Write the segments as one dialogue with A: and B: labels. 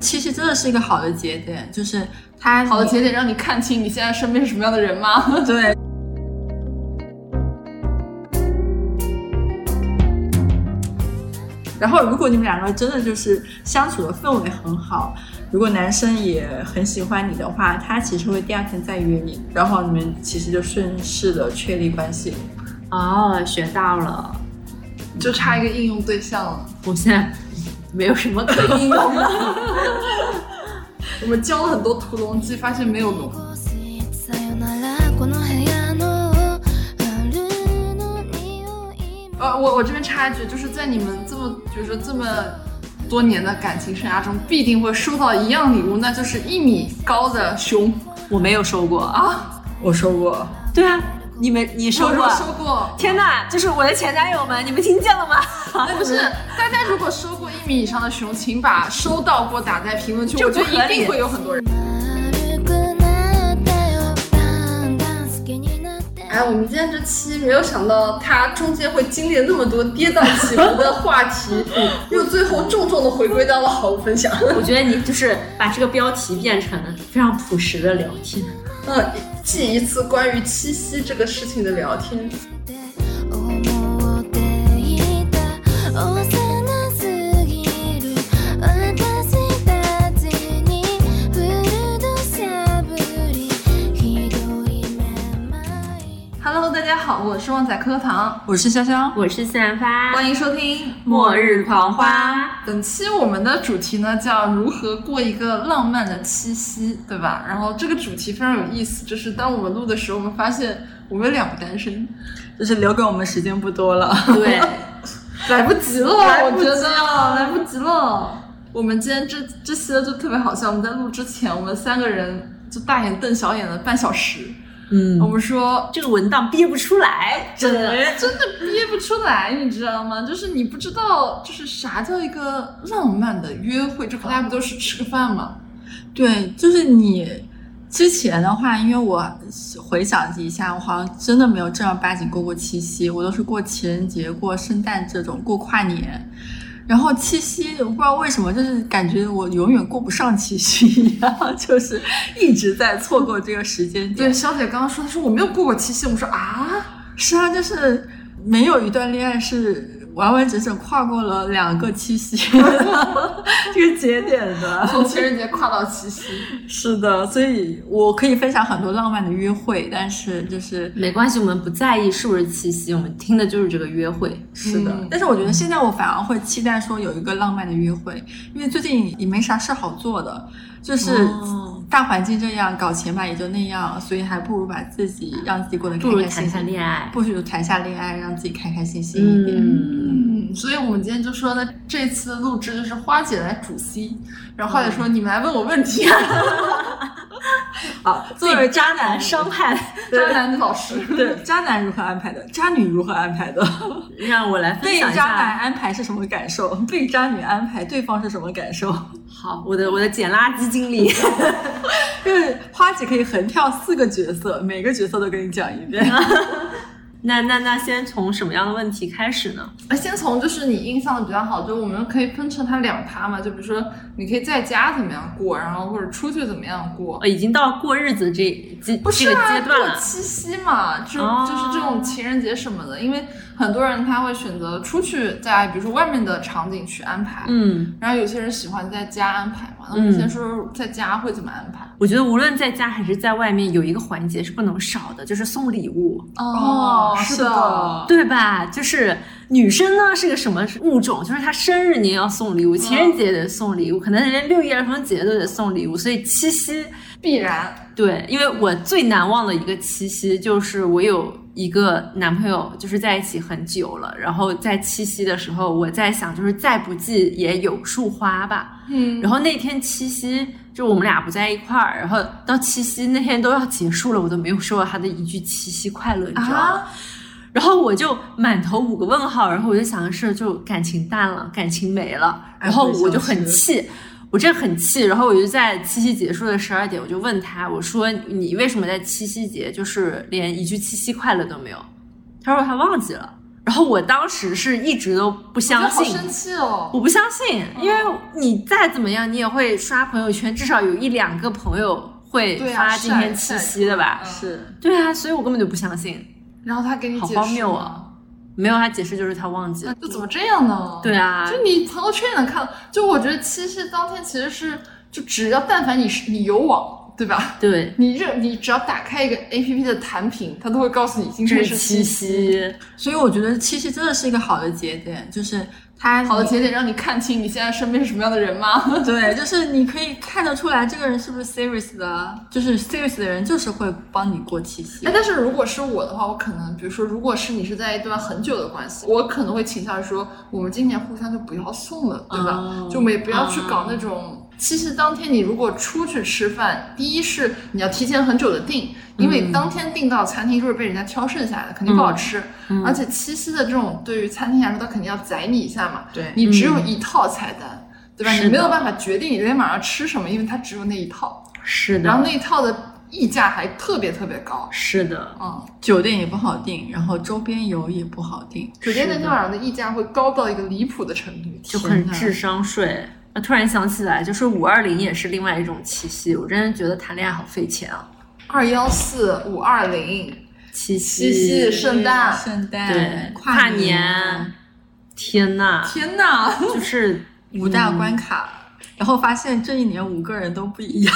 A: 其实真的是一个好的节点，就是它
B: 好的节点让你看清你现在身边是什么样的人吗？
A: 对。然后，如果你们两个真的就是相处的氛围很好，如果男生也很喜欢你的话，他其实会第二天再约你，然后你们其实就顺势的确立关系。
C: 哦，学到了，
B: 就差一个应用对象了。
C: 我现在没有什么可应用了。
B: 我们教了很多屠龙记，发现没有用。呃，我我这边插一句，就是在你们这么就是这么多年的感情生涯中，必定会收到一样礼物，那就是一米高的熊
C: 我没有收过啊。
B: 啊！
A: 我说过，
C: 对啊，你们你收
B: 我
C: 过？啊
B: 收过，
C: 天哪，就是我的前男友们，你们听见了吗？
B: 不是大家如果收过一米以上的熊，请把收到过打在评论区，
C: 这
B: 我
C: 不
B: 觉得一
C: 合理
B: 定会有很多人。哎，我们今天这期没有想到，它中间会经历了那么多跌宕起伏的话题，又最后重重的回归到了好物分享。
C: 我觉得你就是把这个标题变成非常朴实的聊天。
B: 嗯，记一次关于七夕这个事情的聊天。Hello，大家好，我是旺仔可可糖，
A: 我是潇潇，
C: 我是四然发，
B: 欢迎收听。
C: 末日狂花。
B: 本期我们的主题呢叫如何过一个浪漫的七夕，对吧？然后这个主题非常有意思，就是当我们录的时候，我们发现我们两个单身，
A: 就是留给我们时间不多了。
C: 对，
B: 来不及了，
A: 来
B: 我
A: 不
B: 觉
A: 及
B: 得
A: 了
B: 来不及了。我们今天这这期的就特别好笑，我们在录之前，我们三个人就大眼瞪小眼了半小时，
A: 嗯
B: 我们说
C: 这个文档憋不出来，真的。
B: 真的憋不出来，你知道吗？就是你不知道，就是啥叫一个浪漫的约会，这大家不都是吃个饭吗？
A: 对，就是你之前的话，因为我回想一下，我好像真的没有正儿八经过过七夕，我都是过情人节、过圣诞这种，过跨年。然后七夕，我不知道为什么，就是感觉我永远过不上七夕一样， 就是一直在错过这个时间点
B: 对，。肖姐刚刚说，她说我没有过过七夕，我说啊，
A: 是啊，就是没有一段恋爱是完完整整跨过了两个七夕 这个节点的。
B: 从情人节跨到七夕，
A: 是的，所以我可以分享很多浪漫的约会，但是就是
C: 没关系，我们不在意是不是七夕，我们听的就是这个约会。
A: 是的，
B: 嗯
A: 但是我觉得现在我反而会期待说有一个浪漫的约会，因为最近也没啥事好做的，就是
C: 哦
A: 大环境这样，搞钱吧也就那样，所以还不如把自己让自己过得
C: 不
A: 开
C: 如
A: 开
C: 谈
A: 心
C: 谈
A: 心，
C: 恋爱。
A: 不如谈下恋爱，让自己开开心心一点。
C: 嗯，
B: 嗯，所以我们今天就说呢，这次的录制就是花姐来主 C，然后花姐说、
A: 嗯
B: 你们来问我问题，啊
A: 好，
C: 作为渣男伤害，
B: 渣男老师，
A: 对渣男如何安排的，渣女如何安排的，
C: 让我来分
A: 被
C: 享一
A: 渣男
C: 下。
A: 安排是什么感 受，被渣女安排对方是什么感受？
C: 好，我的我的捡垃圾经历。
A: 就是花姐可以横跳四个角色，每个角色都跟你讲一遍。
C: 嗯那那那先从什么样的问题开始呢？
B: 哎先从就是你印象的比较好，就我们可以分成它两趴嘛，就比如说你可以在家怎么样过，然后或者出去怎么样过，
C: 呃，已经到过日子这这、
B: 不
C: 这
B: 是
C: 个
B: 啊，
C: 阶段
B: 过
C: 了。
B: 七夕嘛，就、
C: 哦
B: 就是这种情人节什么的，因为很多人他会选择出去在比如说外面的场景去安排，
C: 嗯，
B: 然后有些人喜欢在家安排嘛。那我们
C: 嗯
B: 先说说在家会怎么安排。
C: 我觉得无论在家还是在外面，有一个环节是不能少的，就是送礼物，
A: 哦
B: 是
A: 是的
C: 对吧？就是女生呢是个什么物种？就是她生日你也要送礼物，情人节也得送礼物，可能连六一儿童节都得送礼物，所以七夕
B: 必然。
C: 对，因为我最难忘的一个七夕，就是我有一个男朋友，就是在一起很久了，然后在七夕的时候，我在想，就是再不济也有束花吧。
B: 嗯
C: 然后那天七夕，就我们俩不在一块儿，然后到七夕那天都要结束了，我都没有收到他的一句七夕快乐，你知道吗？
B: 啊，
C: 然后我就满头五个问号，然后我就想的是，就感情淡了，感情没了，
A: 哎
C: 然后
A: 会
C: 我就
A: 消失
C: 很气，我真的很气。然后我就在七夕结束的十二点，我就问他，我说你为什么在七夕节就是连一句七夕快乐都没有？他说他忘记了。然后我当时是一直都不
B: 我
C: 相
B: 好
C: 信，
B: 生气哦。
C: 我不相信，因为
B: 嗯
C: 你再怎么样，你也会刷朋友圈，至少有一两个朋友会
B: 对啊
C: 发今天七夕的吧？
B: 晒嗯晒
A: 是
C: 对啊，所以我根本就不相信。
B: 嗯然后他给你解释，
C: 好荒谬啊！没有他解释就是他忘记
B: 那
C: 了。
B: 就怎么这样呢？
C: 对啊，
B: 就你朋友圈也能看到，就我觉得七夕当天其实是，就只要但凡你是你有网，对吧？
C: 对，
B: 你任你只要打开一个 A P P 的弹屏，它都会告诉你今
C: 这
B: 天
C: 是
B: 是
C: 七
B: 夕。
C: 夕，
A: 所以我觉得七夕真的是一个好的节点，就是它
B: 好的节点让你看清你现在身边是什么样的人吗？
A: 对，就是你 可以看得出来这个人是不是 serious 的，就是 serious 的人就是会帮你过七夕
B: 哎，。但是如果是我的话，我可能比如说，如果是你是在一段很久的关系，我可能会倾向于说，我们今年互相就不要送了，对吧？
C: 哦
B: 就我们也不要去
C: 哦
B: 搞那种。其实当天你如果出去吃饭，第一是你要提前很久的订，因为
C: 嗯
B: 当天订到餐厅就是被人家挑剩下的，肯定不好吃。
C: 嗯
B: 而且七夕的这种对于餐厅来说，它肯定要宰你一下嘛。
A: 对
B: 你只有一套菜单，对吧？
C: 嗯是
B: 你没有
C: 的
B: 办法决定你今天晚上吃什么，因为它只有那一套，
C: 是
B: 然后
C: 的，
B: 那一套的溢价还特别特别高。
C: 是的，
B: 嗯，
A: 酒店也不好订，然后周边游也不好订。
B: 酒店那天晚上的溢价会高到一个离谱的程度，
C: 就
A: 天
C: 很
A: 呐
C: 智商税。那突然想起来，就是五二零也是另外一种七夕，我真的觉得谈恋爱好费钱啊。
B: 二幺四五二零，
C: 七
B: 七夕圣诞
A: 圣
C: 对
B: 哎
A: 诞、
C: 跨
A: 年
B: 啊
C: 年，天呐，
B: 天哪！
C: 就是
A: 五大
C: 嗯
A: 关卡，然后发现这一年五个人都不一样。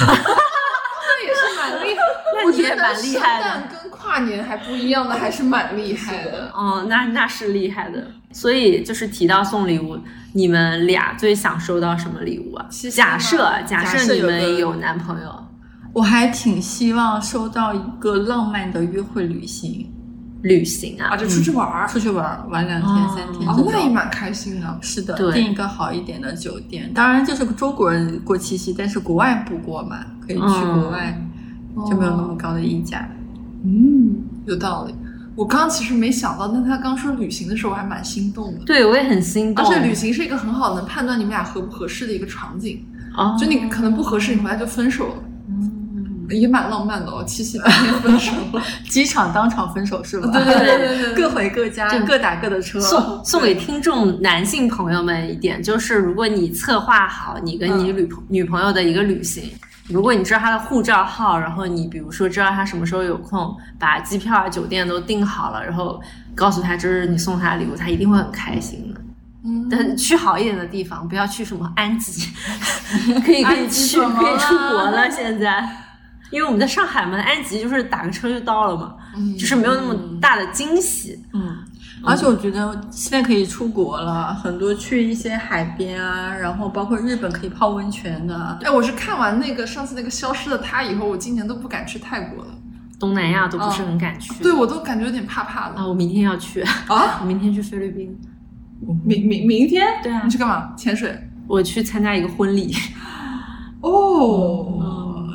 B: 那也是蛮厉害，
C: 那
B: 我
C: 你也
B: 觉得
C: 蛮厉害的
B: 圣诞跟跨年还不一样的，还是蛮厉害的。
C: 哦，那那是厉害的。所以就是提到送礼物，你们俩最想收到什么礼物啊
B: 七？夕
C: 假
B: 吗
C: 设啊假
A: 假
C: 设
A: 设
C: 你
A: 有
C: 们
A: 个
C: 有男朋友，
A: 我还挺希望收到一个浪漫的约会旅行，
C: 旅行啊
B: 啊，，就出去玩儿，
A: 出去玩儿玩两天、
C: 哦
A: 三天
B: 啊
A: 这，
B: 那也
A: 种。
B: 蛮开心的。
A: 是的，
C: 对
A: 订一个好一点的酒店。当然，就是中国人过七夕，但是国外不过嘛，可以去国外，就没有那么高的溢价。
B: 哦嗯，有道理。我刚其实没想到，但他刚说旅行的时候，我还蛮心动的。
C: 对我也很心
B: 而
C: 动。
B: 且旅行哦是一个很好能判断你们俩合不合适的一个场景，
C: 哦，
B: 就你可能不合适，你回来就分手了，
C: 嗯
B: 也蛮浪漫的哦。七夕当天分手，
A: 机场当场分手是吧？
B: 对对对对 对
A: 各回各家
C: 对，
A: 各打各的车。
C: 送送给听众男性朋友们一点，就是如果你策划好你跟你女朋、女朋友的一个旅行，如果你知道她的护照号，然后你比如说知道她什么时候有空，把机票啊、酒店都订好了，然后告诉她这是你送她的礼物，她一定会很开心的。
B: 嗯
C: 但去好一点的地方，不要去什么安吉， 可以可以
B: 安吉
C: 去
B: 怎么
C: 可以出
B: 了
C: 国了现在，因为我们在上海嘛，安吉就是打个车就到了嘛，
B: 嗯
C: 就是没有那么大的惊喜。
A: 嗯，而且我觉得现在可以出国了，很多去一些海边啊，然后包括日本可以泡温泉的啊。
B: 哎，我是看完那个上次那个消失的他以后，我今年都不敢去泰国了，
C: 东南亚都不是很敢去。
B: 对我都感觉有点怕怕
C: 啊，
B: 的
C: 我明天要去，
B: 啊。
C: 我明天去菲律宾。
B: 明明明天
C: 对啊
B: 你去干嘛？潜水
C: 我去参加一个婚礼。
B: 哦，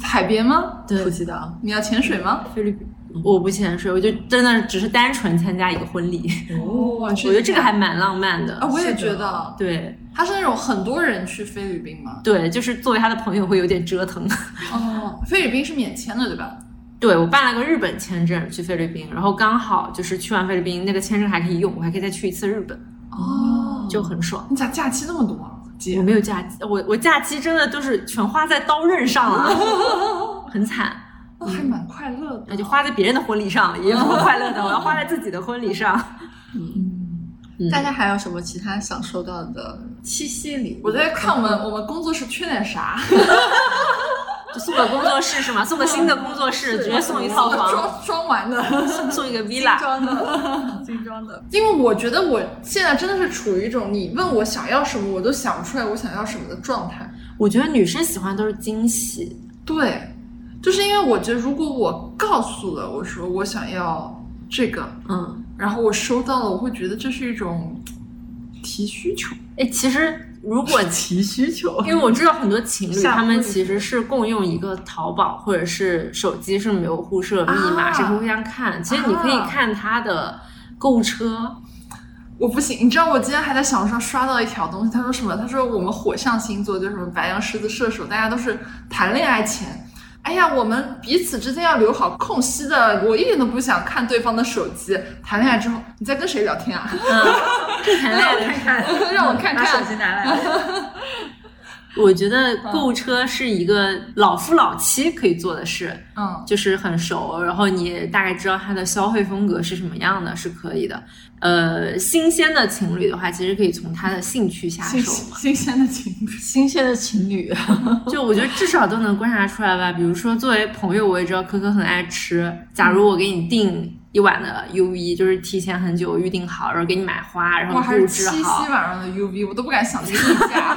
B: 海边吗？
C: 对哦
A: 普吉岛，
B: 你要潜水吗？
C: 菲律宾，我不潜水，我就真的只是单纯参加一个婚礼。
B: 哦我
C: 我觉得这个还蛮浪漫
B: 啊，
C: 的。
B: 我也
A: 是
B: 觉
A: 的
B: 得
C: 对
B: 他是那种很多人去菲律宾吗？
C: 对，就是作为他的朋友会有点折腾。
B: 哦，菲律宾是免签的对吧？
C: 对我办了个日本签证去菲律宾，然后刚好就是去完菲律宾，那个签证还可以用，我还可以再去一次日本，
B: 哦
C: 就很爽。
B: 你咋假期那么多啊？姐
C: 我没有假期，我我假期真的就是全花在刀刃上了，很惨。
B: 那还蛮快乐的。
C: 那就花在别人的婚礼上，也很快乐的。我要花在自己的婚礼上。嗯
A: 大家还有什么其他想收到的七夕礼物？
B: 我在看我们我们工作室缺点啥，
C: 就送个工作室是吗？送个新的工作室，直接送一套房，
B: 装装完的。
C: 送一个 villa
A: 精。装 的，精装的。
B: 因为我觉得我现在真的是处于一种你问我想要什么，我都想不出来我想要什么的状态。
C: 我觉得女生喜欢都是惊喜，
B: 对，就是因为我觉得如果我告诉了我说我想要这个，
C: 嗯，
B: 然后我收到了，我会觉得这是一种提需求。
C: 哎，其实如果。
A: 提需求
C: 因为我知道很多情侣，
A: 下
C: 他们
A: 婚
C: 其实是共用一个淘宝或者是手机是没有互设密码，
B: 啊
C: 是可以互相看。其实你可以
B: 啊
C: 看他的购物车，
B: 我不行，你知道我今天还在小红书上刷到一条东西，他说什么？他说我们火象星座就是什么白羊、狮子、射手，大家都是谈恋爱前。哎呀，我们彼此之间要留好空隙的，我一点都不想看对方的手机。谈恋爱之后，你在跟谁聊天啊？
C: 嗯谈恋爱的时候
B: 让我看
D: 把手
B: 看。
D: 机拿来。
C: 我觉
B: 嗯
C: 得购物车是一个老夫老妻可以做的事，
B: 嗯
C: 就是很熟，然后你大概知道他的消费风格是什么样的，是可以的。呃，新鲜的情侣的话，其实可以从他的兴趣下
B: 新
C: 手嘛。
B: 新鲜的情侣，
A: 新鲜的情侣，
C: 就我觉得至少都能观察出来吧。比如说，作为朋友，我也知道可可很爱吃。假如我给你订一碗的 U V，就是提前很久预定好，然后给你买花，然
B: 哇，
C: 后
B: 还
C: 布
B: 是
C: 置
B: 七
C: 好
B: 夕，晚上的 UV，我都不敢想这个溢 价。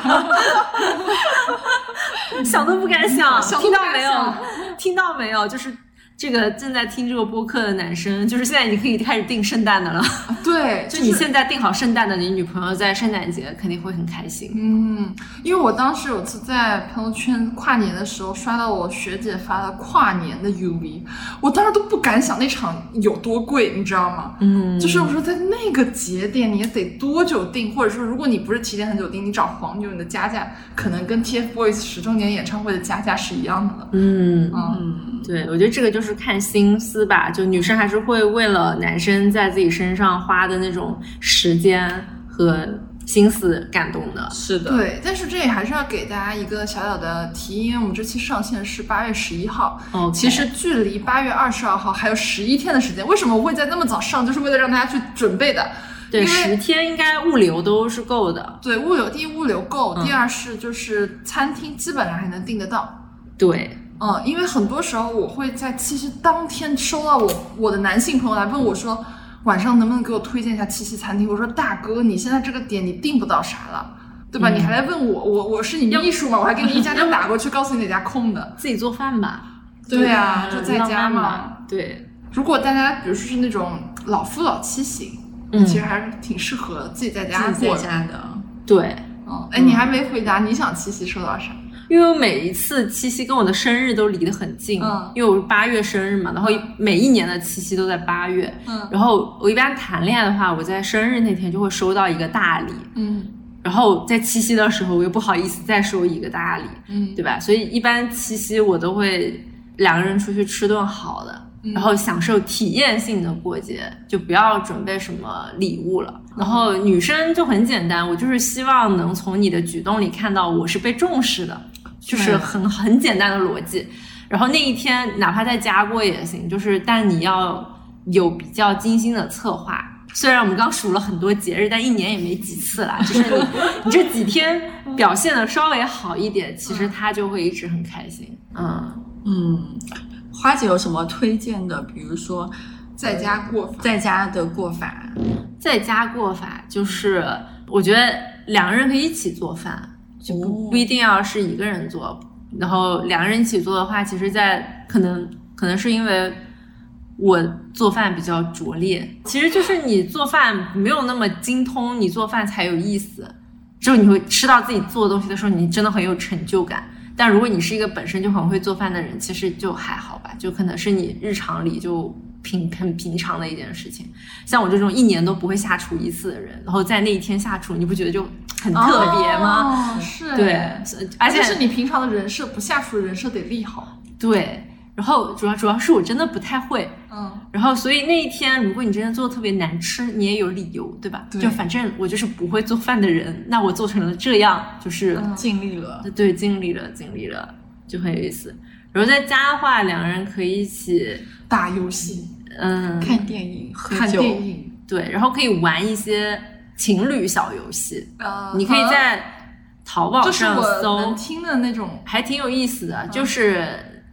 C: 想都不敢 想，
B: 想都
C: 听
B: 不
C: 到
B: 敢
C: 没
B: 想
C: 有？听到没有？就是。这个正在听这个播客的男生，就是现在你可以开始订圣诞的了。
B: 对，
C: 就是你现在订好圣诞的，你女朋友在圣诞节肯定会很开心。
B: 嗯，因为我当时有次在朋友圈跨年的时候刷到我学姐发的跨年的 UV，我当时都不敢想那场有多贵，你知道吗？
C: 嗯
B: 就是我说在那个节点，你得多久订，或者说如果你不是提前很久订，你找黄牛，你的加价可能跟 TFBOYS 十周年演唱会的加价是一样的了。
C: 嗯，
B: 嗯，
A: 嗯，
C: 对，我觉得这个就是看心思吧，就女生还是会为了男生在自己身上花的那种时间和心思感动的。
A: 是的，
B: 对，但是这也还是要给大家一个小小的提议，因为我们这期上线是八月十一号，
C: 哦，
B: 其实距离八月二十二号还有十一天的时间，为什么我会在那么早上？就是为了让大家去准备的。
C: 对
B: 因为
C: 十天应该物流都是够的。
B: 对，物流第一物流够，
C: 嗯
B: 第二是就是餐厅基本上还能订得到。
C: 对，
B: 嗯，因为很多时候我会在七夕当天收到我我的男性朋友来问我说，晚上能不能给我推荐一下七夕餐厅？我说大哥，你现在这个点你订不到啥了，对吧？
C: 嗯
B: 你还来问我，我我是你秘书嘛？我还给你一家家打过去，告诉你哪家空的。
C: 自己做饭吧，
B: 对呀、
C: 嗯
B: 就在家
C: 浪漫
B: 嘛。
C: 吧。对，
B: 如果大家比如说是那种老夫老妻型，
C: 嗯
B: 其实还是挺适合自己在家
A: 自己在
B: 过的。
A: 家的，
C: 对，
B: 嗯，哎，你还没回答，你想七夕收到啥？
C: 因为我每一次七夕跟我的生日都离得很近，
B: 嗯
C: 因为我是八月生日嘛，然后每一年的七夕都在八月。
B: 嗯
C: 然后我一般谈恋爱的话，我在生日那天就会收到一个大礼，
B: 嗯
C: 然后在七夕的时候，我又不好意思再收一个大礼，
B: 嗯
C: 对吧？所以一般七夕我都会两个人出去吃顿好的，
B: 嗯
C: 然后享受体验性的过节，就不要准备什么礼物了。然后女生就很简单，我就是希望能从你的举动里看到我是被重视的，就是
A: 对
C: 很很简单的逻辑。然后那一天哪怕在家过也行，就是但你要有比较精心的策划。虽然我们刚数了很多节日，但一年也没几次啦。就是你你这几天表现的稍微好一点，其实他就会一直很开心。嗯，
A: 嗯，花姐有什么推荐的？比如说
B: 在家过法。
A: 在家的过法，
C: 在家过法就是我觉得两个人可以一起做饭，就不、
A: 哦
C: 不一定要是一个人做。然后两个人一起做的话，其实在，可能可能是因为我做饭比较拙劣，其实就是你做饭没有那么精通，你做饭才有意思。只有你会吃到自己做的东西的时候，你真的很有成就感。但如果你是一个本身就很会做饭的人，其实就还好吧，就可能是你日常里就平很平常的一件事情。像我这种一年都不会下厨一次的人，然后在那一天下厨，你不觉得就很特别吗？嗯
B: 哦、是，
C: 对，而且
B: 是你平常的人设不下厨，人设得立好。
C: 对，然后主要主要是我真的不太会，
B: 嗯，
C: 然后所以那一天如果你真的做的特别难吃，你也有理由，对吧？
B: 对
C: 就反正我就是不会做饭的人，那我做成了这样，就是、
B: 嗯
A: 尽力了，
C: 对，经历了经历了，就很有意思。然后在家的话，两个人可以一起，
B: 打游戏、
C: 嗯，
A: 看电影、喝
B: 看
A: 酒，
B: 电影，
C: 对，然后可以玩一些情侣小游戏，
B: 呃，
C: 你可以
B: 好
C: 在淘宝
B: 就是
C: 上
B: 我
C: 搜
B: 能，嗯听的那种，
C: 还挺有意思的，就是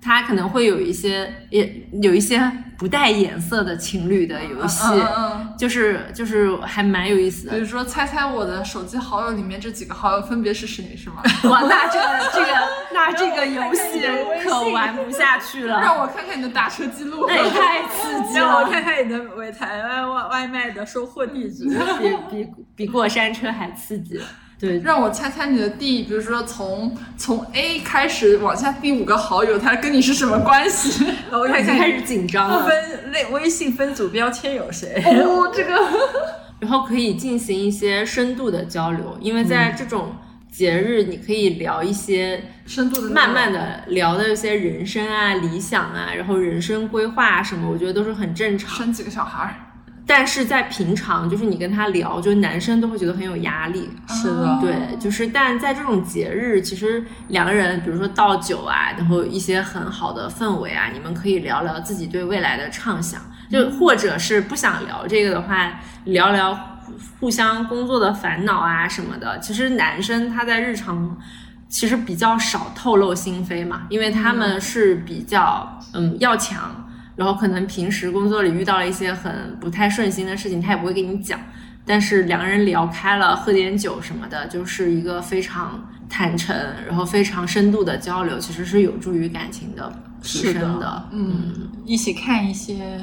C: 它可能会有一些也有一些不带颜色的情侣的游戏，
B: 嗯嗯嗯
C: 就是就是还蛮有意思
B: 比
C: 的
B: 如。说猜猜我的手机好友里面这几个好友分别是谁， 是吗？
C: 哇，那这个这个那这个游戏 可玩不下去了，
B: 让我看看你的打车记录。
C: 那也太刺激
D: 让我
C: 了，
D: 看看你的尾台湾外外卖的收货地址。
A: 嗯
C: 比比比过山车还刺激。对，
B: 让我猜猜你的第，比如说从从 A 开始往下第五个好友，他跟你是什么关系？
D: 我看
C: 已
D: 看
C: 经开始紧张
D: 不
C: 了。
D: 分类微信分组标签有谁？
B: 哦，这个
C: 然后可以进嗯行一些深度的交流，因为在这种节日，你可以聊一些
B: 深度的
C: 慢慢的聊的一些人生啊、理想啊，然后人生规划啊什么，我觉得都是很正常。
B: 生几个小孩儿，
C: 但是在平常，就是你跟他聊，就是男生都会觉得很有压力。嗯
A: 是的
B: 啊
C: 对，就是，但在这种节日，其实两个人，比如说倒酒啊，然后一些很好的氛围啊，你们可以聊聊自己对未来的畅想，就或者是不想聊这个的话，聊聊互互相工作的烦恼啊什么的。其实男生他在日常其实比较少透露心扉嘛，因为他
A: 嗯
C: 们是比较嗯要强。然后可能平时工作里遇到了一些很不太顺心的事情，他也不会跟你讲。但是两个人聊开了，喝点酒什么的，就是一个非常坦诚，然后非常深度的交流，其实是有助于感情的提
A: 是
C: 升
A: 的
B: 嗯，
A: 一起看一些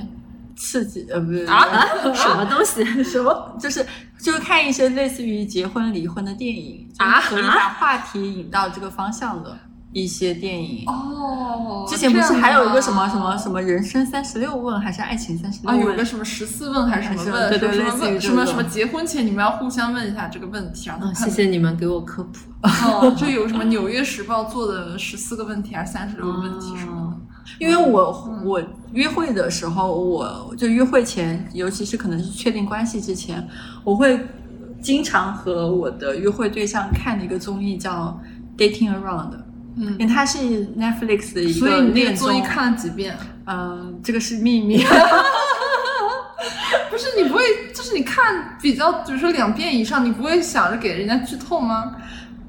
A: 刺激，呃，不是
C: 啊， 什么东西？
A: 什么，就是就是看一些类似于结婚、离婚的电影
C: 啊
A: 就是可以把话题引到这个方向的一些电影。
B: 哦，
A: 嗯之前不是
B: 这样
A: 还有一个什么
B: 啊
A: 什么什么人生三十六问，还是爱情三十
B: 啊，
A: 六
B: 有
A: 问
B: 个？什么十四问还是什么问，
A: 对对
B: 什么
A: 类
B: 什么
A: 似于
B: 问
A: 这
B: 什么
A: 种
B: 什么结婚前你们要互相问一下这个问题，然后
C: 嗯，谢谢你们给我科普。
B: 哦，这有什么《纽约时报》做的十四个问题还是三十六个问题什么的？
A: 因为我
B: 嗯
A: 我约会的时候，我就约会前，尤其是可能是确定关系之前，我会经常和我的约会对象看的一个综艺叫《Dating Around》，因为
B: 嗯，
A: 它是 Netflix 的一
B: 所
A: 个
B: 以你那
A: 恋
B: 个综艺
A: 综
B: 看了几遍？
A: 嗯，这个是秘密。
B: 不是你不会，就是你看比较，比如说两遍以上，你不会想着给人家剧透吗？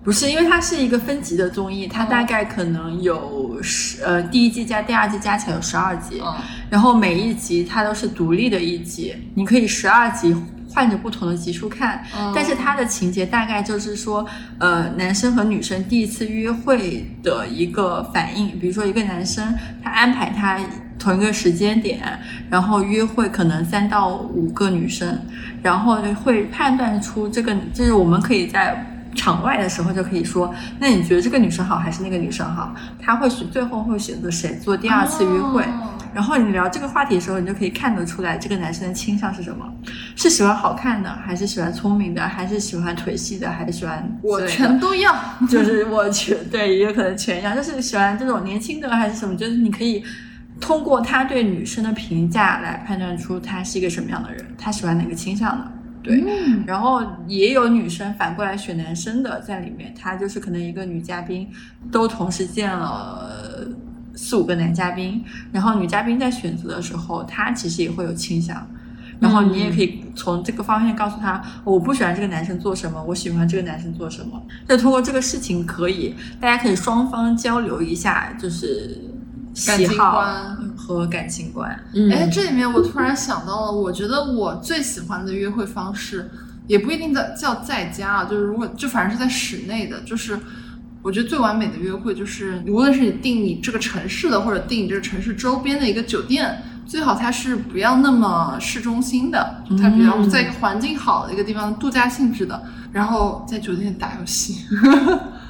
A: 不是，因为它是一个分级的综艺，
B: 哦
A: 它大概可能有十呃第一季加第二季加起来有十二集，
B: 嗯，
A: 然后每一集它都是独立的一集，你可以十二集换着不同的集数看。但是它的情节大概就是说，呃，男生和女生第一次约会的一个反应，比如说一个男生他安排他同一个时间点，然后约会可能三到五个女生，然后就会判断出这个，就是我们可以在。场外的时候就可以说，那你觉得这个女生好还是那个女生好？他会选最后会选择谁做第二次约会？
B: 哦
A: 然后你聊这个话题的时候，你就可以看得出来这个男生的倾向是什么，是喜欢好看的，还是喜欢聪明的，还是喜欢腿细的，还是喜欢之
B: 我
A: 类的
B: 全都要。
A: 就是我全对，也有可能全一样，就是喜欢这种年轻的还是什么，就是你可以通过他对女生的评价来判断出他是一个什么样的人，他喜欢哪个倾向的。对，
B: 嗯
A: 然后也有女生反过来选男生的在里面，她就是可能一个女嘉宾都同时见了呃四五个男嘉宾，然后女嘉宾在选择的时候，她其实也会有倾向。然后你也
C: 嗯
A: 可以从这个方面告诉她，哦我不喜欢这个男生做什么，我喜欢这个男生做什么。就通过这个事情，可以大家可以双方交流一下，就是
B: 感
A: 喜
B: 情
A: 好
B: 观
A: 和感情观。
C: 嗯，
B: 哎，这里面我突然想到了，我觉得我最喜欢的约会方式，也不一定在叫在家啊，就是如果就反正是在室内的，就是我觉得最完美的约会就是，无论是你订你这个城市的，或者订你这个城市周边的一个酒店，最好它是不要那么市中心的，就它比较
A: 嗯
B: 在一个环境好的一个地方，度假性质的，然后在酒店打游戏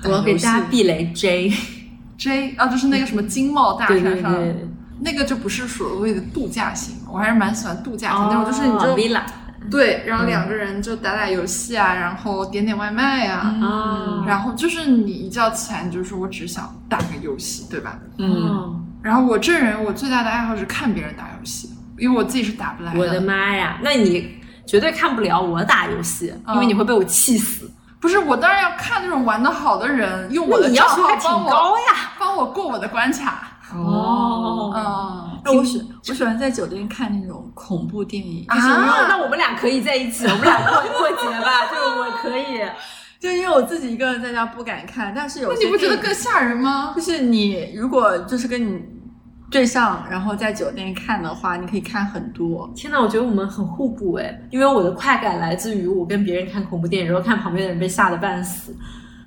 C: 我要给大家避雷 J，
B: ，J 啊，就是那个什么金茂大
C: 对
B: 厦
C: 对
B: 上。
C: 对，
B: 那个就不是所谓的度假型，我还是蛮喜欢度假型那
C: 哦
B: 种，就是你就
C: villa
B: 对，然后
C: 嗯
B: 两个人就打打游戏啊，然后点点外卖啊，
C: 啊，
B: 然后就是你一觉起来，你就说我只想打个游戏，对吧？
A: 嗯，
B: 然后我这人我最大的爱好是看别人打游戏，因为我自己是打不来
C: 我的妈呀，那你绝对看不了我打游戏，因为你会被我气死。
B: 不是，我当然要看那种玩的好的人，用我
C: 那
B: 的
C: 你
B: 账
C: 要求
B: 号
C: 还挺
B: 帮我
C: 高呀。
B: 帮我过我的关卡。
C: 哦
B: 嗯，
A: 哎我喜我喜欢在酒店看那种恐怖电影，
B: 啊
C: 就是那那我们俩可以在一起，我们俩过过节 吧，就是我可以。
A: 就因为我自己一个人在家不敢看，但是有
B: 那
A: 些
B: 你不觉得
A: 电
B: 更
A: 影
B: 吓人吗？
A: 就是你如果就是跟你对象，然后在酒店看的话，你可以看很多。
C: 天呐，我觉得我们很互补哎，因为我的快感来自于我跟别人看恐怖电影，然后看旁边的人被吓得半死。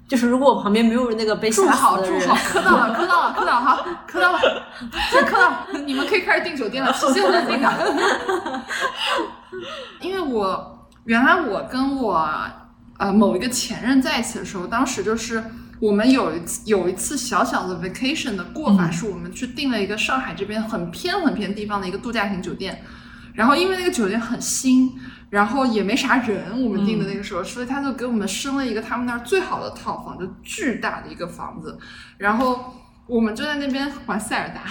C: 就是如果我旁边没有那个被
B: 住
C: 吓
B: 好
C: 死的
B: 住
C: 人
B: 好，，磕到了磕到了磕到了，好磕到了，磕到了，你们可以开始订酒店了，期限在定了。因为我原来我跟我呃某一个前任在一起的时候，当时就是我们有一次有一次小小的
C: 嗯
B: vacation 的过法，是我们去订了一个上海这边很偏很偏地方的一个度假型酒店。然后因为那个酒店很新，然后也没啥人，我们订的
C: 嗯
B: 那个时候，所以他就给我们升了一个他们那儿最好的套房，就巨大的一个房子。然后我们就在那边玩塞尔达，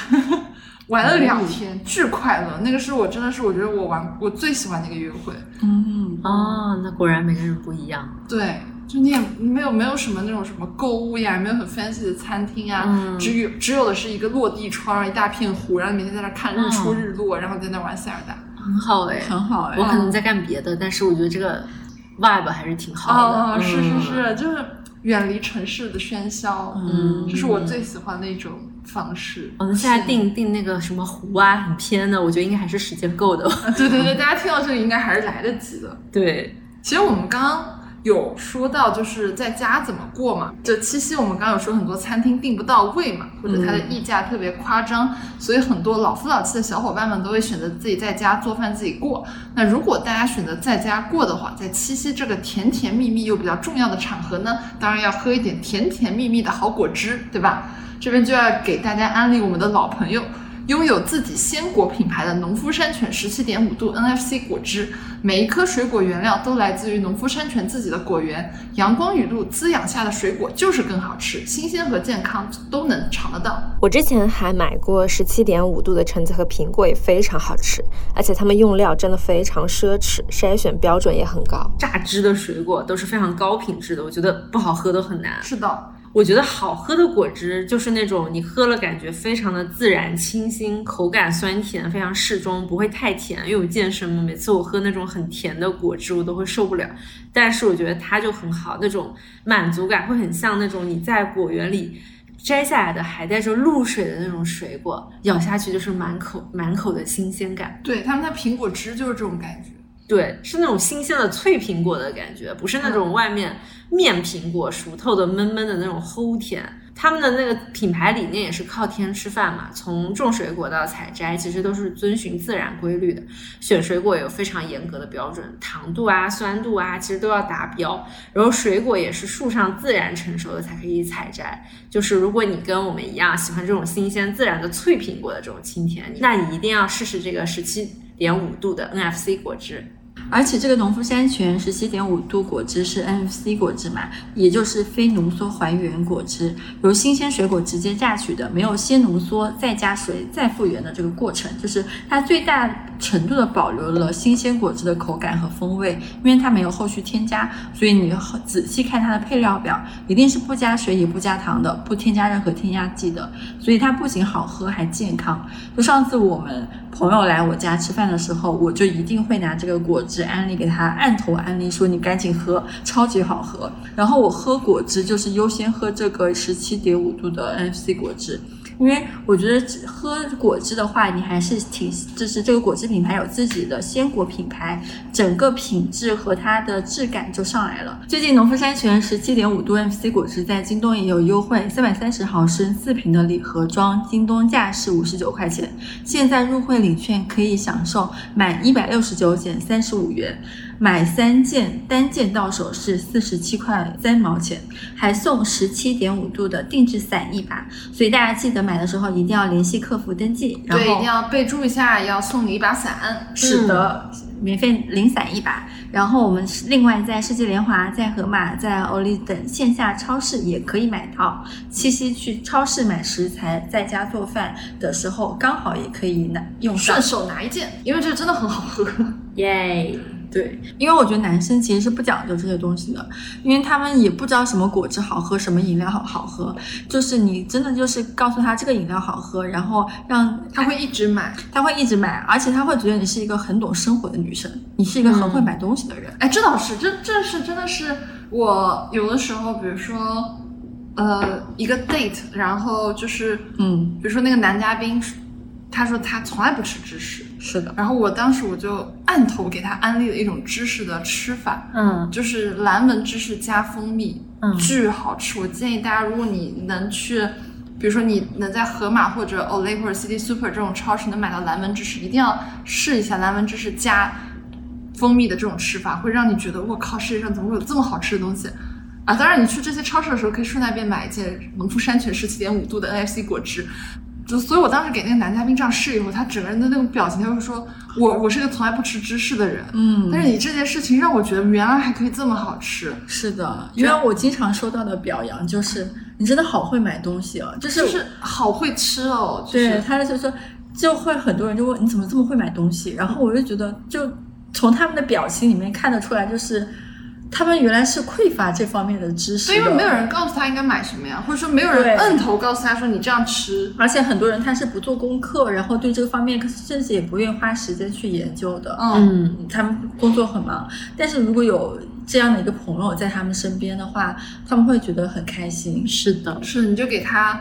B: 玩了两天，巨快乐。那个是我真的是我觉得我玩我最喜欢的一个约会。
A: 嗯，
C: 哦，那果然每个人不一样。
B: 对，就你也没有没有什么那种什么购物呀，没有很 fancy 的餐厅啊，
C: 嗯
B: 只有只有的是一个落地窗，一大片湖，然后你每天在那儿看日出
C: 嗯
B: 日落，然后在那儿玩塞尔达。
C: 很好哎、
A: 很好哎
B: 哦
C: 我。可能在干别的，但是我觉得这个 vibe 还是挺好的。
B: 哦，是是
C: 嗯，
B: 是，就是远离城市的喧嚣，
A: 嗯
B: 这是我最喜欢的一种方式。
C: 我们哦现在定定那个什么湖啊，很偏的，我觉得应该还是时间够的。
B: 啊，对对对，大家听到这里应该还是来得及的。
C: 对，
B: 其实我们刚刚有说到，就是在家怎么过嘛。这七夕我们刚刚有说很多餐厅订不到位嘛，或者它的溢价特别夸张，所以很多老夫老妻的小伙伴们都会选择自己在家做饭自己过。那如果大家选择在家过的话，在七夕这个甜甜蜜蜜又比较重要的场合呢，当然要喝一点甜甜蜜蜜的好果汁，对吧？这边就要给大家安利我们的老朋友。拥有自己鲜果品牌的农夫山泉十七点五度 NFC 果汁，每一颗水果原料都来自于农夫山泉自己的果园。阳光雨露滋养下的水果就是更好吃，新鲜和健康都能尝得到。
E: 我之前还买过十七点五度的橙子和苹果，也非常好吃，而且他们用料真的非常奢侈，筛选标准也很高。
C: 榨汁的水果都是非常高品质的，我觉得不好喝都很难。
B: 是的，
C: 我觉得好喝的果汁就是那种你喝了感觉非常的自然清新，口感酸甜非常适中，不会太甜。因为我健身嘛，每次我喝那种很甜的果汁我都会受不了，但是我觉得它就很好，那种满足感会很像那种你在果园里。摘下来的还带着露水的那种水果，咬下去就是满口满口的新鲜感。
B: 对他们的苹果汁就是这种感觉。
C: 对，是那种新鲜的脆苹果的感觉，不是那种外面面苹果熟透的闷闷的那种齁甜。他们的那个品牌理念也是靠天吃饭嘛，从种水果到采摘，其实都是遵循自然规律的。选水果有非常严格的标准，糖度啊、酸度啊，其实都要达标。然后水果也是树上自然成熟的才可以采摘，就是如果你跟我们一样喜欢这种新鲜自然的脆苹果的这种清甜，那你一定要试试这个十七点五度的 NFC 果汁。
A: 而且这个农夫山泉十七点五度果汁是 NFC 果汁嘛，也就是非浓缩还原果汁，由新鲜水果直接榨取的，没有先浓缩再加水再复原的这个过程，就是它最大程度的保留了新鲜果汁的口感和风味，因为它没有后续添加，所以你很仔细看它的配料表，一定是不加水也不加糖的，不添加任何添加剂的，所以它不仅好喝还健康。就上次我们朋友来我家吃饭的时候，我就一定会拿这个果汁安利给他，按头安利说你赶紧喝，超级好喝。然后我喝果汁就是优先喝这个十七点五度的 NFC 果汁。因为我觉得只喝果汁的话，你还是挺，就是这个果汁品牌有自己的鲜果品牌，整个品质和它的质感就上来了。最近农夫山泉十七点五度 MC 果汁在京东也有优惠，三百三十毫升四瓶的礼盒装，京东价是五十九块钱，现在入会领券可以享受满一百六十九减三十五元，买三件单件到手是四十七块三毛钱，还送十七点五度的定制伞一把，所以大家记得买的时候一定要联系客服登记，然
B: 对，一
A: 后
B: 定要备注一下，要送你一把伞。
A: 是的，免费领伞一把。然后我们是另外在世纪联华、在盒马、在欧力等线下超市也可以买到。七夕去超市买食材，在家做饭的时候刚好也可以拿用上
B: 嗯顺。手拿一件，因为这真的很好 喝。
C: 耶！
A: 对，因为我觉得男生其实是不讲究这些东西的，因为他们也不知道什么果汁好喝，什么饮料好好喝。就是你真的就是告诉他这个饮料好喝，然后让
B: 他会一直买，
A: 他会一直买，而且他会觉得你是一个很懂生活的女生，你是一个很会买东西的人。
B: 哎，这倒是，这这是真的是我有的时候，比如说，呃，一个 date，然后就是，
A: 嗯
B: 比如说那个男嘉宾，他说他从来不吃芝士，
A: 是的，
B: 然后我当时我就按头给他安利了一种芝士的吃法，
C: 嗯
B: 就是蓝纹芝士加蜂蜜，
C: 嗯
B: 巨好吃。我建议大家，如果你能去。比如说，你能在盒马或者 Olay 或者 City Super 这种超市能买到蓝纹芝士，一定要试一下蓝纹芝士加蜂蜜的这种吃法，会让你觉得我靠，世界上怎么会有这么好吃的东西啊！当然，你去这些超市的时候，可以顺带便买一件农夫山泉十七点五度的 NFC 果汁，就所以，我当时给那个男嘉宾这样试以后，他整个人的那种表情，他就说我我是个从来不吃芝士的人，
A: 嗯
B: 但是你这件事情让我觉得原来还可以这么好吃，
A: 是的，因为我经常收到的表扬就是你真的好会买东西哦，就是
B: 就是好会吃哦，就
A: 对
B: 是
A: 他就说就会很多人就问你怎么这么会买东西，然后我就觉得就从他们的表情里面看得出来，就是他们原来是匮乏这方面的知识
B: 所
A: 的，
B: 以因为没有人告诉他应该买什么呀，或者说没有人
A: 对
B: 摁头告诉他说你这样吃，
A: 而且很多人他是不做功课，然后对这个方面甚至也不愿意花时间去研究的。
B: 嗯，
C: 嗯，
A: 他们工作很忙，但是如果有这样的一个朋友在他们身边的话，他们会觉得很开心。
C: 是的，
B: 是你就给他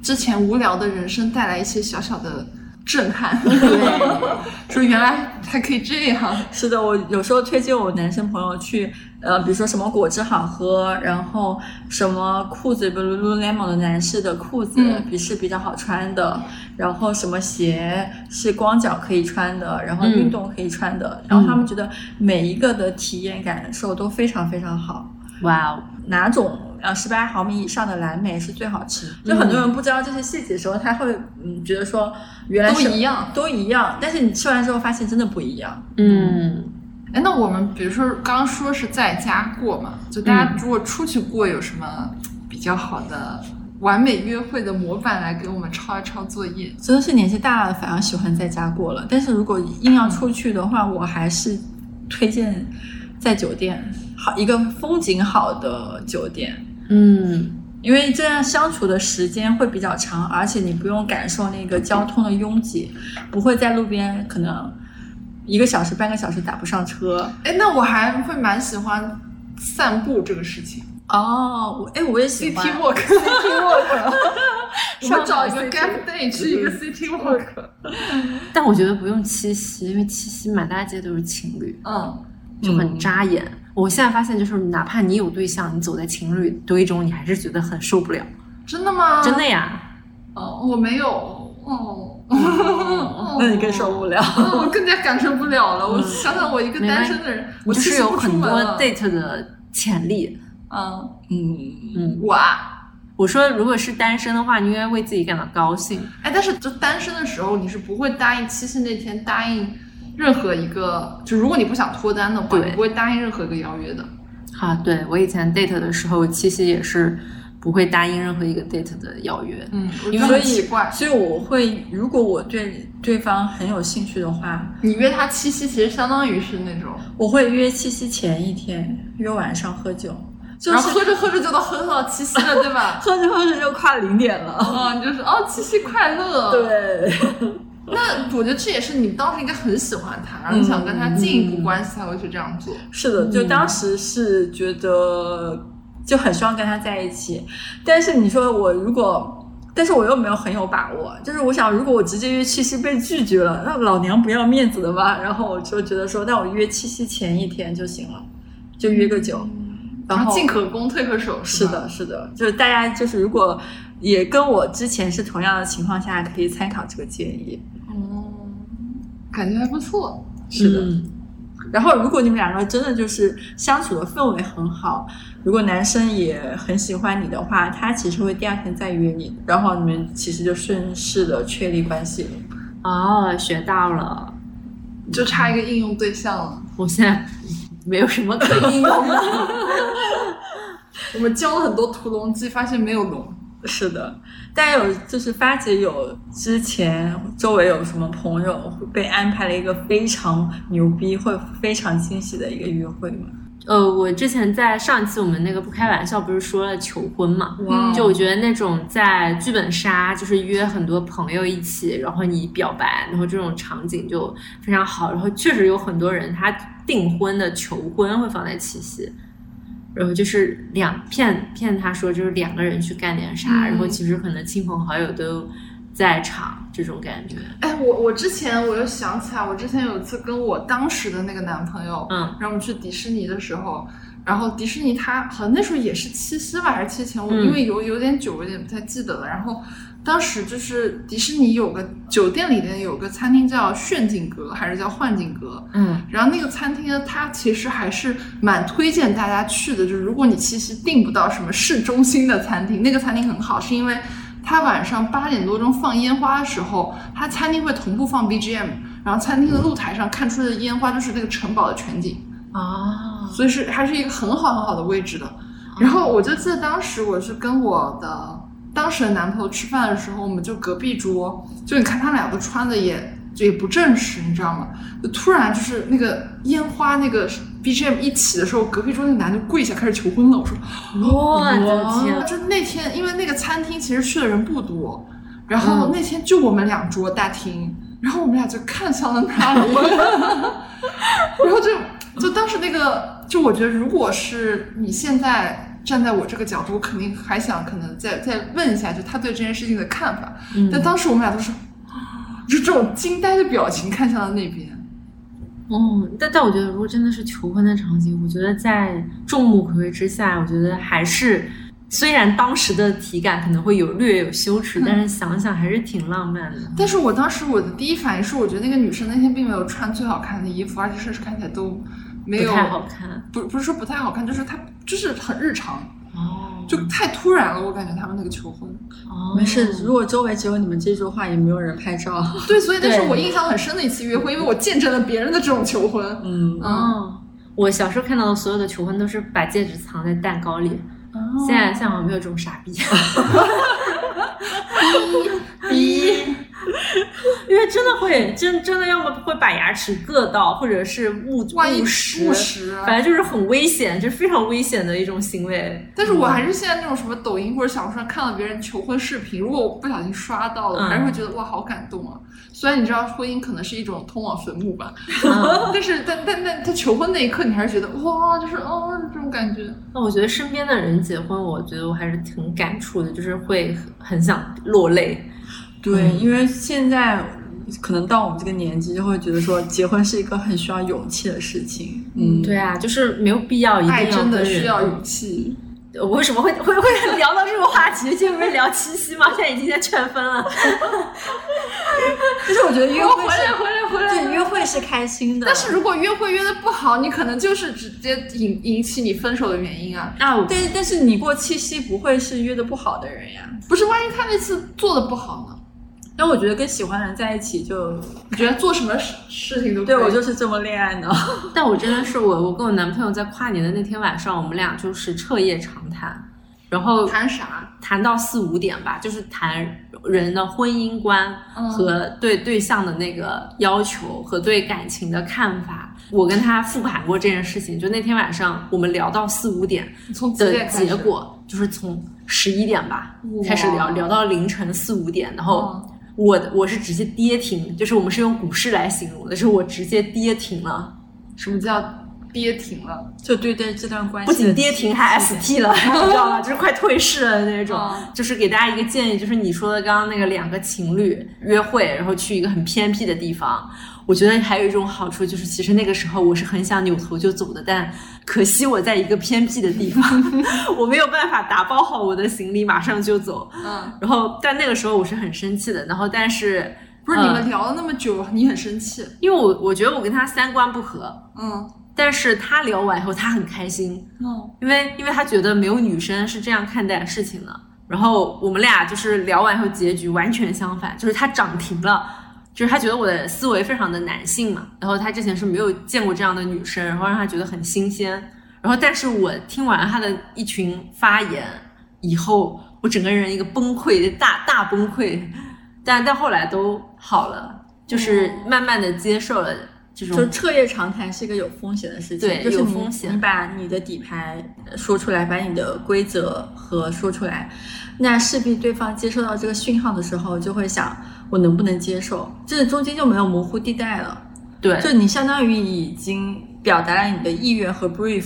B: 之前无聊的人生带来一些小小的震撼， 说原来还可以这样，
A: 是的，我有时候推荐我男生朋友去，呃，比如说什么果汁好喝，然后什么裤子，比如 Lululemon 的男士的裤子，
B: 嗯
A: 比是比较好穿的，然后什么鞋是光脚可以穿的，然后
C: 嗯
A: 运动可以穿的，然后他
B: 嗯
A: 们觉得每一个的体验感受都非常非常好。
C: 哇哦，
A: 哪种呃十八毫米以上的蓝莓是最好吃？就很多
B: 嗯
A: 人不知道这些细节的时候，他会嗯觉得说原来
B: 都
A: 是
B: 一样
A: 都一样，但是你吃完之后发现真的不一样。
C: 嗯，
B: 哎，那我们比如说刚刚说是在家过嘛，就大家如果出去过，有什么比较好的完美约会的模板来给我们抄一抄作业？
A: 真的是年纪大了，反而喜欢在家过了。但是如果硬要出去的话，我还是推荐在酒店，好一个风景好的酒店，
C: 嗯，
A: 因为这样相处的时间会比较长，而且你不用感受那个交通的拥挤，不会在路边可能一个小时、半个小时打不上车。
B: 哎，那我还会蛮喜欢散步这个事情
A: 哦，我哎，我也喜
B: ，city
A: 欢。
B: walk，city walk，我
A: 上
B: 们
A: 海
B: 找一个
A: city
B: gap day 去一个 city walk，
C: 但我觉得不用七夕，因为七夕满大街都是情侣，
B: 嗯，
C: 就很扎眼。我现在发现，就是哪怕你有对象，你走在情侣堆中，你还是觉得很受不了。
B: 真的吗？
C: 啊真的，呀，
B: 哦，我没有，哦。
A: 那你更受不了。
B: 那我更加感受不了了。我想想，我一个
C: 没
B: 单
C: 关
B: 身的人，
C: 我
B: 我
C: 就
B: 其
C: 是
B: 实
C: 有
B: 不出
C: 很
B: 门
C: 多
B: 了。
C: date 的潜力。
B: 嗯，
A: 嗯，
C: 嗯，
B: 我啊，
C: 我说，如果是单身的话，你应该为自己感到高兴。
B: 哎，但是就单身的时候，你是不会答应七夕那天答应任何一个，就如果你不想脱单的话，
C: 对
B: 你不会答应任何一个邀约的。
C: 啊，对我以前 date 的时候，七夕也是不会答应任何一个 date 的邀约。
B: 嗯，我觉得
A: 所
B: 很
A: 以
B: 奇怪。
A: 所以我会，如果我对对方很有兴趣的话，
B: 你约他七夕，其实相当于是那种，
A: 我会约七夕前一天，约晚上喝酒，就
B: 然后
A: 是
B: 喝着喝着就到喝到七夕了，对吧？
A: 喝着喝着就跨零点了。
B: 哦，你就是哦，七夕快乐。，
A: 对，
B: 那我觉得这也是你当时应该很喜欢他，然后你想跟
A: 嗯
B: 他进一步关系才会去这样做。
A: 是的，就当时是觉得就很希望跟他在一起，但是你说我如果。但是我又没有很有把握，就是我想，如果我直接约七夕被拒绝了，那老娘不要面子的吧？然后我就觉得说，那我约七夕前一天就行了，就约个酒，嗯然
B: 然
A: 后
B: 后进可攻，退可守，
A: 是
B: 吧，
A: 的，是的，就是大家就是如果也跟我之前是同样的情况下，可以参考这个建议。
B: 哦，感觉还不错。
A: 是的，
C: 嗯
A: 然后如果你们两个真的就是相处的氛围很好，如果男生也很喜欢你的话，他其实会第二天再约你，然后你们其实就顺势的确立关系了。
C: 哦，学到了，
B: 就差一个应用对象了。
C: 我现在 没有什么可应用的。
B: 我们教了很多屠龙记，发现没有龙。
A: 是的，大家有就是发姐有之前周围有什么朋友会被安排了一个非常牛逼会非常惊喜的一个约会吗？
C: 呃，我之前在上一期我们那个不开玩笑不是说了求婚嘛？
B: 哇
C: 就我觉得那种在剧本杀，就是约很多朋友一起，然后你表白，然后这种场景就非常好。然后确实有很多人他订婚的求婚会放在七夕，然后就是两骗骗他说就是两个人去干点啥，
B: 嗯
C: 然后其实可能亲朋好友都在场，这种感觉。
B: 哎，我我之前我又想起来，我之前有一次跟我当时的那个男朋友，
C: 嗯，
B: 然后我们去迪士尼的时候，然后迪士尼它好像那时候也是七夕吧，还是七前，我
C: 嗯
B: 因为有有点久，我有点不太记得了。然后当时就是迪士尼有个酒店里面有个餐厅叫炫景阁，还是叫幻景阁，
C: 嗯
B: 然后那个餐厅呢，它其实还是蛮推荐大家去的。就是如果你其实订不到什么市中心的餐厅，那个餐厅很好，是因为它晚上八点多钟放烟花的时候，它餐厅会同步放 BGM，然后餐
C: 嗯
B: 厅的露台上看出来的烟花就是那个城堡的全景，
A: 哦
C: 啊，
B: 所以是还是一个很好很好的位置的。然后我就记得当时我是跟我的当时的男朋友吃饭的时候，我们就隔壁桌，就你看他俩都穿的也就也不正式，你知道吗？就突然就是那个烟花那个 BGM 一起的时候，隔壁桌那男的跪下开始求婚了。我说
C: 我的天，
B: 就那天，因为那个餐厅其实去的人不多，然
C: 嗯
B: 后那天就我们两桌大厅，然后我们俩就看向了那里， 然后就就当时那个，就我觉得如果是你现在站在我这个角度，我肯定还想可能再再问一下，就他对这件事情的看法。
C: 嗯
B: 但当时我们俩都是就这种惊呆的表情看向了那边。
C: 嗯，但但我觉得，如果真的是求婚的场景，我觉得在众目睽睽之下，我觉得还是虽然当时的体感可能会有略有羞耻，但是想想还是挺浪漫的。
B: 但是我当时我的第一反应是，我觉得那个女生那天并没有穿最好看的衣服，而且甚至看起来都没有
C: 不太好看
B: 不不是说不太好看，就是它就是很日常，
C: 哦
B: 就太突然了。我感觉他们那个求婚，
C: 哦
A: 没事，如果周围只有你们这句话，也没有人拍照。
B: 对，所以那
C: 对
B: 是我印象很深的一次约会，因为我见证了别人的这种求婚。
A: 嗯，
B: 嗯，
C: 哦，我小时候看到的所有的求婚都是把戒指藏在蛋糕里，
A: 嗯
C: 现在现在好像没有这种傻逼。逼，因为真的会，真真的要么会把牙齿硌到，或者是误
B: 万一啊
C: 误食，
B: 误食
C: 反正就是很危险，就是非常危险的一种行为。
B: 但是我还是
C: 嗯
B: 现在那种什么抖音或者小红书上看到别人求婚视频，如果我不小心刷到了，
C: 嗯
B: 我还是会觉得哇，好感动啊！虽然你知道婚姻可能是一种通往坟墓吧，
C: 嗯
B: 但是但但但他求婚那一刻，你还是觉得哇，就是哦这种感觉。
C: 那我觉得身边的人结婚，我觉得我还是挺感触的，就是会很很想落泪。
A: 对，因为现在可能到我们这个年纪，就会觉得说结婚是一个很需要勇气的事情。嗯，
C: 对啊，就是没有必要一定要
B: 爱
C: 嗯
B: 真的
C: 跟人呃
B: 需要勇气。
C: 我为什么会会会聊到这个话题？这不是聊七夕吗？现在已经在劝分了。
A: 就是我觉得约会是，
B: 回来回
A: 对，约会是开心的，
B: 但是如果约会约的不好，你可能就是直接引引起你分手的原因啊。
C: 那我
A: 对，但是你过七夕不会是约的不好的人呀。
B: 不是，万一他那次做的不好呢？
A: 但我觉得跟喜欢的人在一起就，
B: 你觉得做什么事事情都
A: 对我就是是这么恋爱脑。
C: 但我真的是我，我跟我男朋友在跨年的那天晚上，我们俩就是彻夜长谈，然后
B: 谈啥？
C: 谈到四五点吧，就是谈人的婚姻观
B: 嗯
C: 和对对象的那个要求和对感情的看法。我跟他复盘过这件事情，就那天晚上我们聊到四五点，
B: 从几
C: 的
B: 点开始
C: 结？果就是从十一点吧
B: 哇
C: 开始聊，聊到凌晨四五点，然后
B: 嗯
C: 我我是直接跌停，就是我们是用股市来形容的，就是我直接跌停了，
B: 什么叫跌停了？
A: 就对待这段关系
C: 不
A: 的
C: 仅跌停还 ST 了，你知道吗？就是快退市了的那种
B: 嗯。
C: 就是给大家一个建议，就是你说的刚刚那个两个情侣约会，然后去一个很偏僻的地方。我觉得还有一种好处就是，其实那个时候我是很想扭头就走的，但可惜我在一个偏僻的地方，我没有办法打包好我的行李马上就走。
B: 嗯，
C: 然后，但那个时候我是很生气的。然后，但是
B: 不是你
C: 嗯
B: 们聊了那么久，你很生气？
C: 因为我我觉得我跟他三观不合，
B: 嗯
C: 但是他聊完以后他很开心，
B: 嗯
C: 因为因为他觉得没有女生是这样看待事情的。然后我们俩就是聊完以后结局完全相反，就是他涨停了。就是他觉得我的思维非常的男性嘛，然后他之前是没有见过这样的女生，然后让他觉得很新鲜。然后，但是我听完他的一群发言以后，我整个人一个崩溃，大大崩溃。但但后来都好了，就是慢慢的接受了这种
A: 就彻夜长谈是一个有风险的事情，
C: 对
A: 就是
C: 有
A: 你
C: 风险
A: 你把你的底牌说出来，把你的规则和说出来，那势必对方接收到这个讯号的时候，就会想我能不能接受，这中间就没有模糊地带了。
C: 对
A: 就你相当于已经表达了你的意愿和 brief，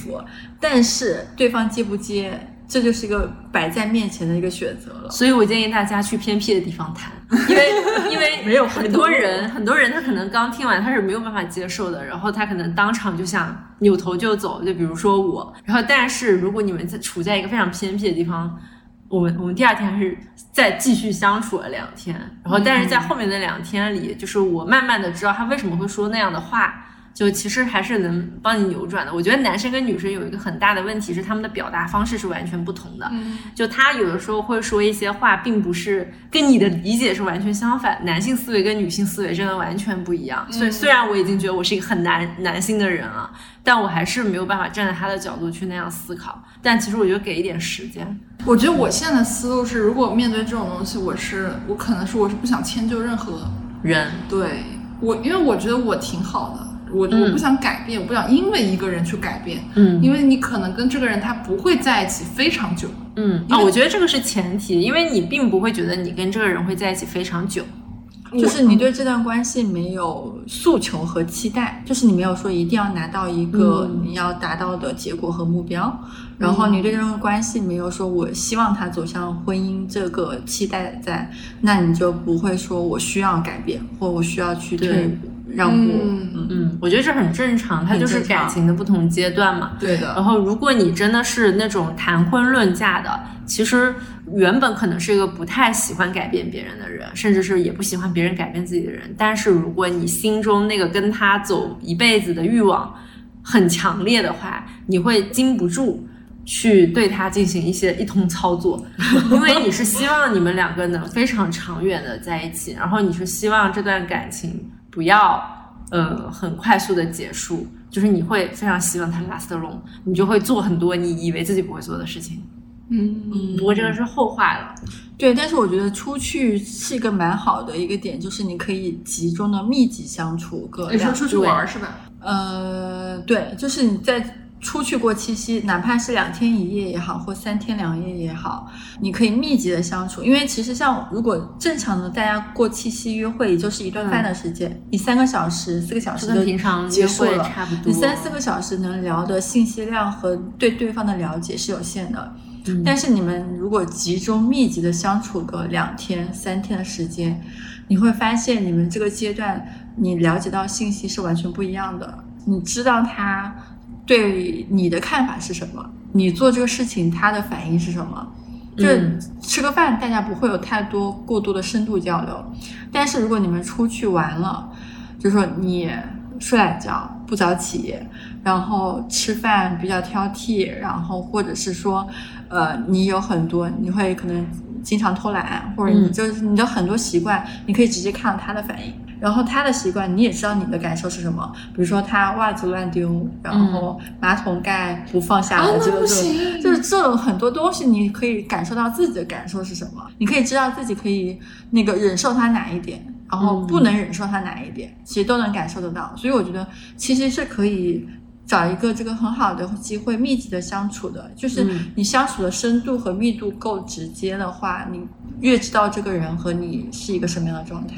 A: 但是对方接不接，这就是一个摆在面前的一个选择了。
C: 所以我建议大家去偏僻的地方谈，因为因为
A: 没有
C: 很
A: 很多
C: 多人，很多人他可能刚听完他是没有办法接受的，然后他可能当场就想扭头就走，就比如说我，然后但是如果你们在处在一个非常偏僻的地方。我们我们第二天还是再继续相处了两天，然后但是在后面的两天里，就是我慢慢的知道他为什么会说那样的话，就其实还是能帮你扭转的。我觉得男生跟女生有一个很大的问题是，他们的表达方式是完全不同的。
B: 嗯，
C: 就他有的时候会说一些话，并不是跟你的理解是完全相反。男性思维跟女性思维真的完全不一样。所以
B: 嗯
C: 虽然我已经觉得我是一个很男男性的人啊，但我还是没有办法站在他的角度去那样思考。但其实我觉得给一点时间，
B: 我觉得我现在的思路是，如果面对这种东西，我是我可能是我是不想迁就任何
C: 人
B: 对我，因为我觉得我挺好的，我
C: 嗯
B: 我不想改变，我不想因为一个人去改变，
C: 嗯
B: 因为你可能跟这个人他不会在一起非常久，
C: 嗯
B: 因
C: 啊、
B: 为
C: 我觉得这个是前提，因为你并不会觉得你跟这个人会在一起非常久。
A: 就是你
B: 嗯
A: 对这段关系没有诉求和期待，就是你没有说一定要拿到一个
C: 嗯
A: 你要达到的结果和目标，然
B: 嗯
A: 后你对这段关系没有说我希望它走向婚姻这个期待在，那你就不会说我需要改变或我需要去退
C: 对
A: 步让步，
B: 嗯
A: 嗯
C: 嗯，我觉得这很正常，它
A: 很
C: 就是
A: 正常
C: 感情的不同阶段嘛。
B: 对的，
C: 然后，如果你真的是那种谈婚论嫁的，其实原本可能是一个不太喜欢改变别人的人，甚至是也不喜欢别人改变自己的人。但是，如果你心中那个跟他走一辈子的欲望很强烈的话，你会禁不住去对他进行一些一通操作， 因为你是希望你们两个能非常长远的在一起，然后你是希望这段感情不要呃很快速的结束，就是你会非常希望它 last long，你就会做很多你以为自己不会做的事情。
B: 嗯，
C: 不过这个是后话了，
A: 对，但是我觉得出去是一个蛮好的一个点，就是你可以集中的密集相处个
B: 哎你说
A: 两
B: 出去
C: 对
B: 玩儿是吧？
A: 呃，对，就是你在出去过七夕，哪怕是两天一夜也好，或三天两夜也好，你可以密集的相处。因为其实像如果正常的大家过七夕约会，也就是一顿饭的时间，你三个小时、四个小时
C: 就
A: 就
C: 跟平常
A: 结
C: 约
A: 束
C: 会
A: 了。
C: 差不多。
A: 你三四个小时能聊的信息量和对对方的了解是有限的，
C: 嗯，
A: 但是你们如果集中密集的相处个两天、三天的时间，你会发现你们这个阶段你了解到信息是完全不一样的。你知道他对你的看法是什么，你做这个事情他的反应是什么。就
C: 嗯
A: 吃个饭，大家不会有太多过多的深度交流。但是如果你们出去玩了，就说你睡懒觉、不早起，然后吃饭比较挑剔，然后或者是说，呃，你有很多你会可能经常偷懒，或者你
C: 嗯
A: 就是你的很多习惯，你可以直接看到他的反应。然后他的习惯，你也知道你的感受是什么。比如说他袜子乱丢，然后马桶盖不放下
B: 嗯啊
A: 来，，这个
B: 那不
A: 这个
B: 行，
A: 就是这种很多东西，你可以感受到自己的感受是什么，你可以知道自己可以那个忍受它哪一点，然后
C: 嗯
A: 不能忍受它哪一点，其实都能感受得到。所以我觉得其实是可以找一个这个很好的机会，密集的相处的，就是
C: 嗯
A: 你相处的深度和密度够直接的话，你越知道这个人和你是一个什么样的状态。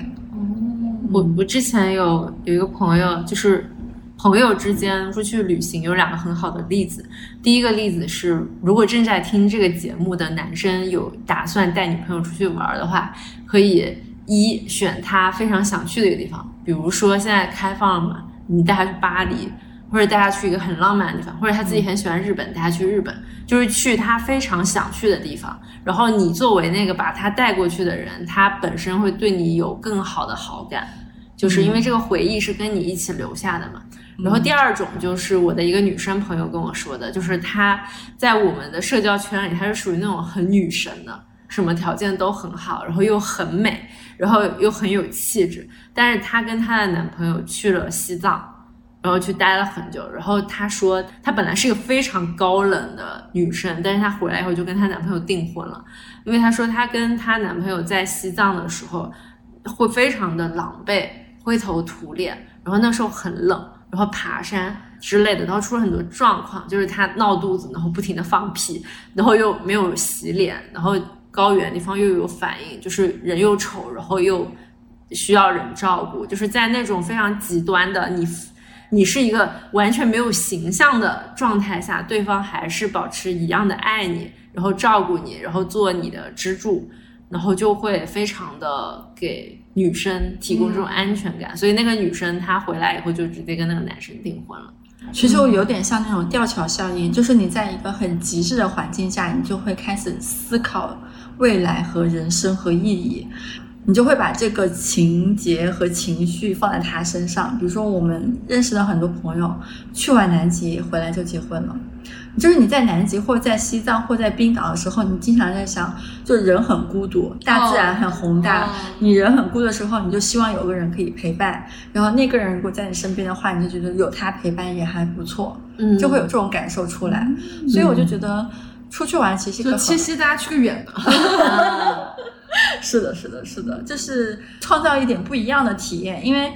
C: 我我之前有有一个朋友，就是朋友之间出去旅行有两个很好的例子。第一个例子是，如果正在听这个节目的男生有打算带女朋友出去玩儿的话，可以一选他非常想去的一个地方，比如说现在开放了嘛，你带他去巴黎，或者带他去一个很浪漫的地方，或者他自己很喜欢日本，带他去日本，就是去他非常想去的地方。然后你作为那个把他带过去的人，他本身会对你有更好的好感，就是因为这个回忆是跟你一起留下的嘛。然后第二种就是我的一个女生朋友跟我说的，就是她在我们的社交圈里，她是属于那种很女神的，什么条件都很好，然后又很美，然后又很有气质。但是她跟她的男朋友去了西藏。然后去待了很久，然后她说，她本来是一个非常高冷的女生，但是她回来以后就跟她男朋友订婚了，因为她说她跟她男朋友在西藏的时候，会非常的狼狈、灰头土脸，然后那时候很冷，然后爬山之类的，然后出了很多状况，就是他闹肚子，然后不停的放屁，然后又没有洗脸，然后高原地方又有反应，就是人又丑，然后又需要人照顾，就是在那种非常极端的你。你是一个完全没有形象的状态下，对方还是保持一样的爱你，然后照顾你，然后做你的支柱，然后就会非常的给女生提供这种安全感，所以那个女生她回来以后就直接跟那个男生订婚了。
A: 其实我
B: 嗯
A: 有点像那种吊桥效应，就是你在一个很极致的环境下，你就会开始思考未来和人生和意义。你就会把这个情节和情绪放在他身上。比如说，我们认识的很多朋友去完南极回来就结婚了，就是你在南极或者在西藏或者在冰岛的时候，你经常在想，就人很孤独，大自然很宏大，
B: 哦
A: 你人很孤独的时候，你就希望有个人可以陪伴，然后那个人如果在你身边的话，你就觉得有他陪伴也还不错，
C: 嗯
A: 就会有这种感受出来。所以我就觉得出去玩其实一个很
B: 就七夕大家去个远的，
C: 啊
A: 是的，是的，是的，就是创造一点不一样的体验，因为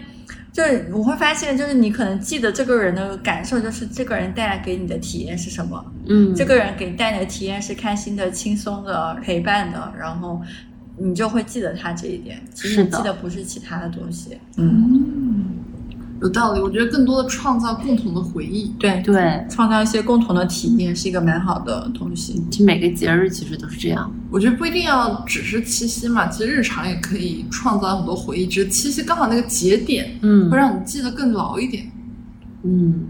A: 就是我会发现，就是你可能记得这个人的感受，就是这个人带来给你的体验是什么，
C: 嗯，
A: 这个人给你带来的体验是开心的、轻松的、陪伴的，然后你就会记得他这一点。其实
C: 是
A: 你
C: 的
A: 记得不是其他的东西，嗯，
B: 有道理。我觉得更多的创造共同的回忆，
A: 对，
C: 对，
A: 创造一些共同的体验是一个蛮好的东西。
C: 就每个节日其实都是这样。
B: 我觉得不一定要只是七夕嘛，其实日常也可以创造很多回忆。只是七夕刚好那个节点
C: 嗯
B: 会让你记得更牢一点。
C: 嗯，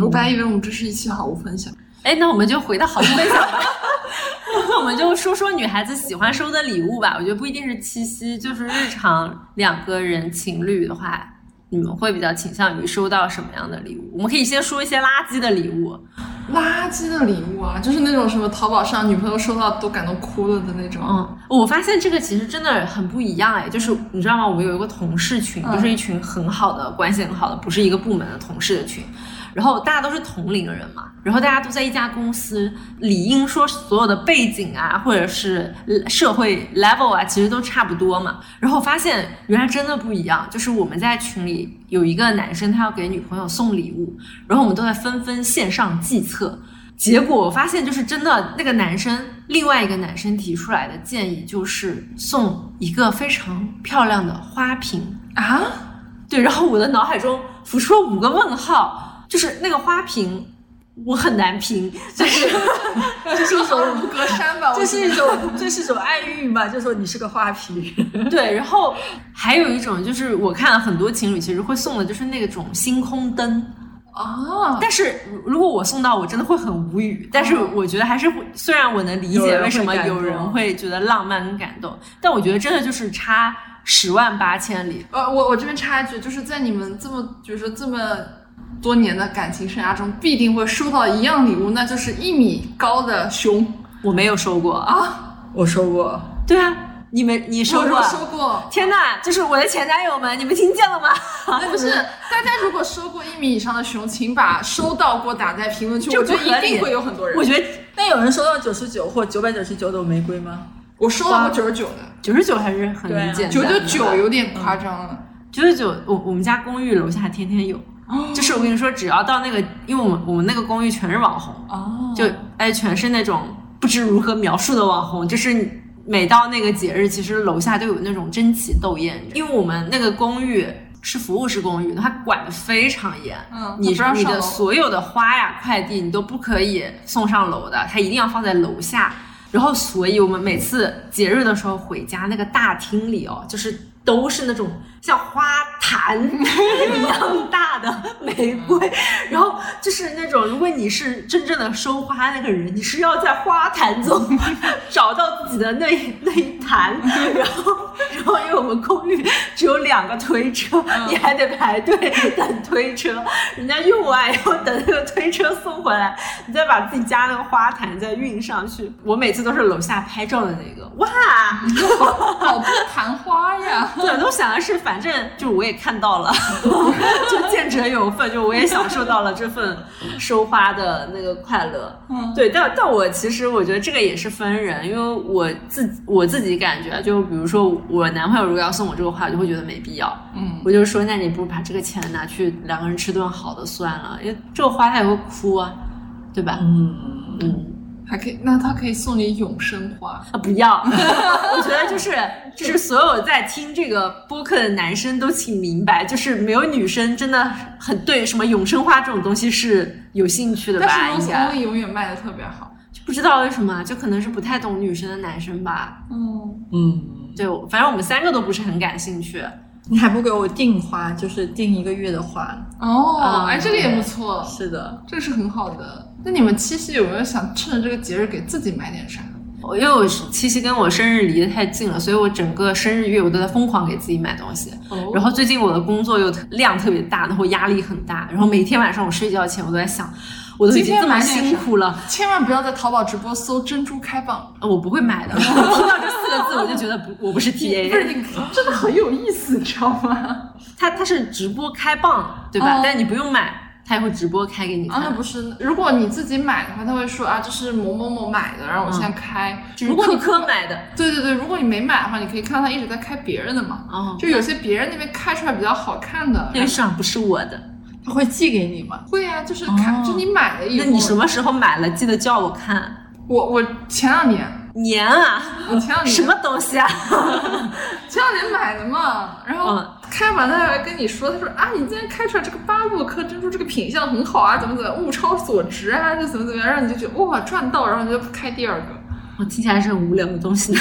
B: 我本来以为我们这是一期好物分享，
C: 哎，那我们就回到好物分享吧。那 我们就说说女孩子喜欢收的礼物吧。我觉得不一定是七夕，就是日常两个人情侣的话，你们会比较倾向于收到什么样的礼物？我们可以先说一些垃圾的礼物。
B: 垃圾的礼物啊，就是那种什么淘宝上女朋友收到都感动哭了的那种。
C: 嗯，我发现这个其实真的很不一样哎，就是你知道吗？我们有一个同事群，
B: 嗯
C: 就是一群很好的关系很好的，不是一个部门的同事的群。然后大家都是同龄人嘛，然后大家都在一家公司，理应说所有的背景啊，或者是呃社会 level 啊，其实都差不多嘛。然后发现原来真的不一样，就是我们在群里有一个男生，他要给女朋友送礼物，然后我们都在纷纷线上计策。结果我发现，就是真的，那个男生，另外一个男生提出来的建议就是送一个非常漂亮的花瓶
B: 啊，
C: 对，然后我的脑海中浮出了五个问号，就是那个花瓶，我很难评，就是
B: 这是首不隔山吧？
D: 这
B: 我
D: 是一种，这是一种暗喻嘛， 就说你是个花瓶。
C: 对，然后还有一种就是我看很多情侣其实会送的就是那种星空灯，
B: 啊，
C: 但是如果我送到，我真的会很无语。但是我觉得还是会，虽然我能理
D: 有
C: 解
D: 人会
C: 为什么
D: 感
C: 嗯有
D: 动
C: 人会觉得浪漫跟感动，但我觉得真的就是差十万八千里。
B: 呃，我我这边插一句，就是在你们这么，比如说这么多年的感情生涯中，必定会收到一样礼物，那就是一米高的熊
C: 我没有收过啊，
B: 啊！
D: 我说过，
C: 对啊，你们你收
B: 我
C: 过
B: 我
C: 啊？
B: 收过，
C: 天哪，就是我的前男友们，你们听见了吗？
B: 不是大家如果收过一米以上的熊，请把收到过打在评论区，
C: 这
B: 我觉
C: 不合
B: 得一
C: 理
B: 定会有很多人。
C: 我觉得
D: 那有人收到九十九或九百九十九朵玫瑰吗？
B: 我收到过九十九的，
C: 九十九还是很
D: 对啊
C: 理解的。
B: 九九九有点夸张 了。
C: 九九九，我我们家公寓楼下天天有。
B: 哦
C: 就是我跟你说，只要到那个，因为我们我们那个公寓全是网红，
B: 哦
C: 就哎，全是那种不知如何描述的网红，就是每到那个节日，其实楼下都有那种争奇斗艳。因为我们那个公寓是服务式公寓，它管得非常严，
B: 嗯它
C: 你
B: 不让
C: 你
B: 上
C: 的
B: 楼
C: 所有的花呀、快递，你都不可以送上楼的，它一定要放在楼下。然后，所以我们每次节日的时候回家，那个大厅里哦，就是都是那种像花坛一样大的玫瑰，然后就是那种，如果你是真正的收花那个人，你是要在花坛中找到自己的那一那一坛，然后然后因为我们公寓只有两个推车，你还得排队等推车，人家用完以后等那个推车送回来，你再把自己家那个花坛再运上去。我每次都是楼下拍照的那个，哇，
B: 好多昙花呀！
C: 对，都想的是，反正就我也看到了， 就见者有份，就我也享受到了这份收花的那个快乐。
B: 嗯
C: 对，但但我其实我觉得这个也是分人，因为我自我自己感觉，就比如说我男朋友如果要送我这个花，我就会觉得没必要。
B: 嗯，
C: 我就说，那你不如把这个钱拿去两个人吃顿好的算了，因为这个花它也会哭啊，对吧？
D: 嗯，
C: 嗯。
B: 还可以，那他可以送你永生花。
C: 啊，不要！ 我觉得就是就是所有在听这个播客的男生都请明白，就是没有女生真的很对什么永生花这种东西是有兴趣的吧？
B: 但
C: 应
B: 是 Rose
C: 该
B: Only 永远卖的特别好。
C: 不知道为什么，就可能是不太懂女生的男生吧。
B: 嗯，
D: 嗯，
C: 对，我反正我们三个都不是很感兴趣。
A: 你还不给我订花，就是订一个月的花。
B: 哦，
C: 嗯
B: 哎，这个也不错，
A: 是的，
B: 这是很好的。那你们七夕有没有想趁着这个节日给自己买点啥？
C: 我因为我七夕跟我生日离得太近了，所以我整个生日月我都在疯狂给自己买东西。
B: 哦
C: 然后最近我的工作又特量特别大，然后压力很大，然后每天晚上我睡觉前我都在想，我都已经这么辛苦了，
B: 千万不要在淘宝直播搜珍珠开蚌，
C: 哦我不会买的。我 听到这四个字我就觉得不，我不 是 T
B: 不是
C: A，
B: 你真的很有意思，你知道 吗？
C: 它它是直播开蚌对吧？
B: 哦
C: 但你不用买，它也会直播开给你
B: 啊，那
C: 看。
B: 不是，如果你自己买的话，他会说啊，这是某某某买的，然后我现在开。就是
C: 如果
B: 你
C: 你科买的，
B: 对对对，如果你没买的话，你可以看到他一直在开别人的嘛，
C: 哦，
B: 就有些别人那边开出来比较好看的
C: 那。个市场不是我的。
A: 他会寄给你吗？
B: 会啊，就是
A: 哦
B: 看，就你买了以
C: 那
B: 后，
C: 你什么时候买了？记得叫我看。
B: 我我前两年，
C: 年啊，
B: 我前两年
C: 什么东西啊？
B: 前两年买的嘛，然后
C: 嗯
B: 开完他还跟你说，他说啊，你今天开出来这个巴洛克珍珠这个品相很好啊，怎么怎么样物超所值啊，就怎么怎么样，然后你就觉得哇赚到，然后你就开第二个。
C: 我听起来是很无聊的东西。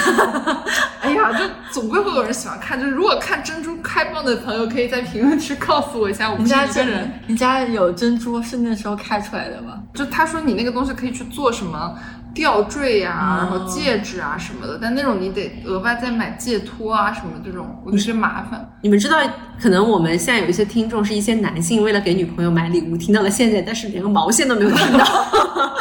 B: 哎呀，就总归会有人喜欢看，就是如果看珍珠开蚌的朋友，可以在评论区告诉我一下，我
A: 你
B: 们是
A: 家
B: 一个
A: 这
B: 人。，
A: 你家有珍珠是那时候开出来的吗？
B: 就他说你那个东西可以去做什么吊坠呀、
A: 哦
B: 然后戒指啊什么的，但那种你得额外再买戒托啊什么这种，我就觉得麻烦。
C: 你们知道，可能我们现在有一些听众是一些男性，为了给女朋友买礼物，听到了现在，但是连个毛线都没有听到。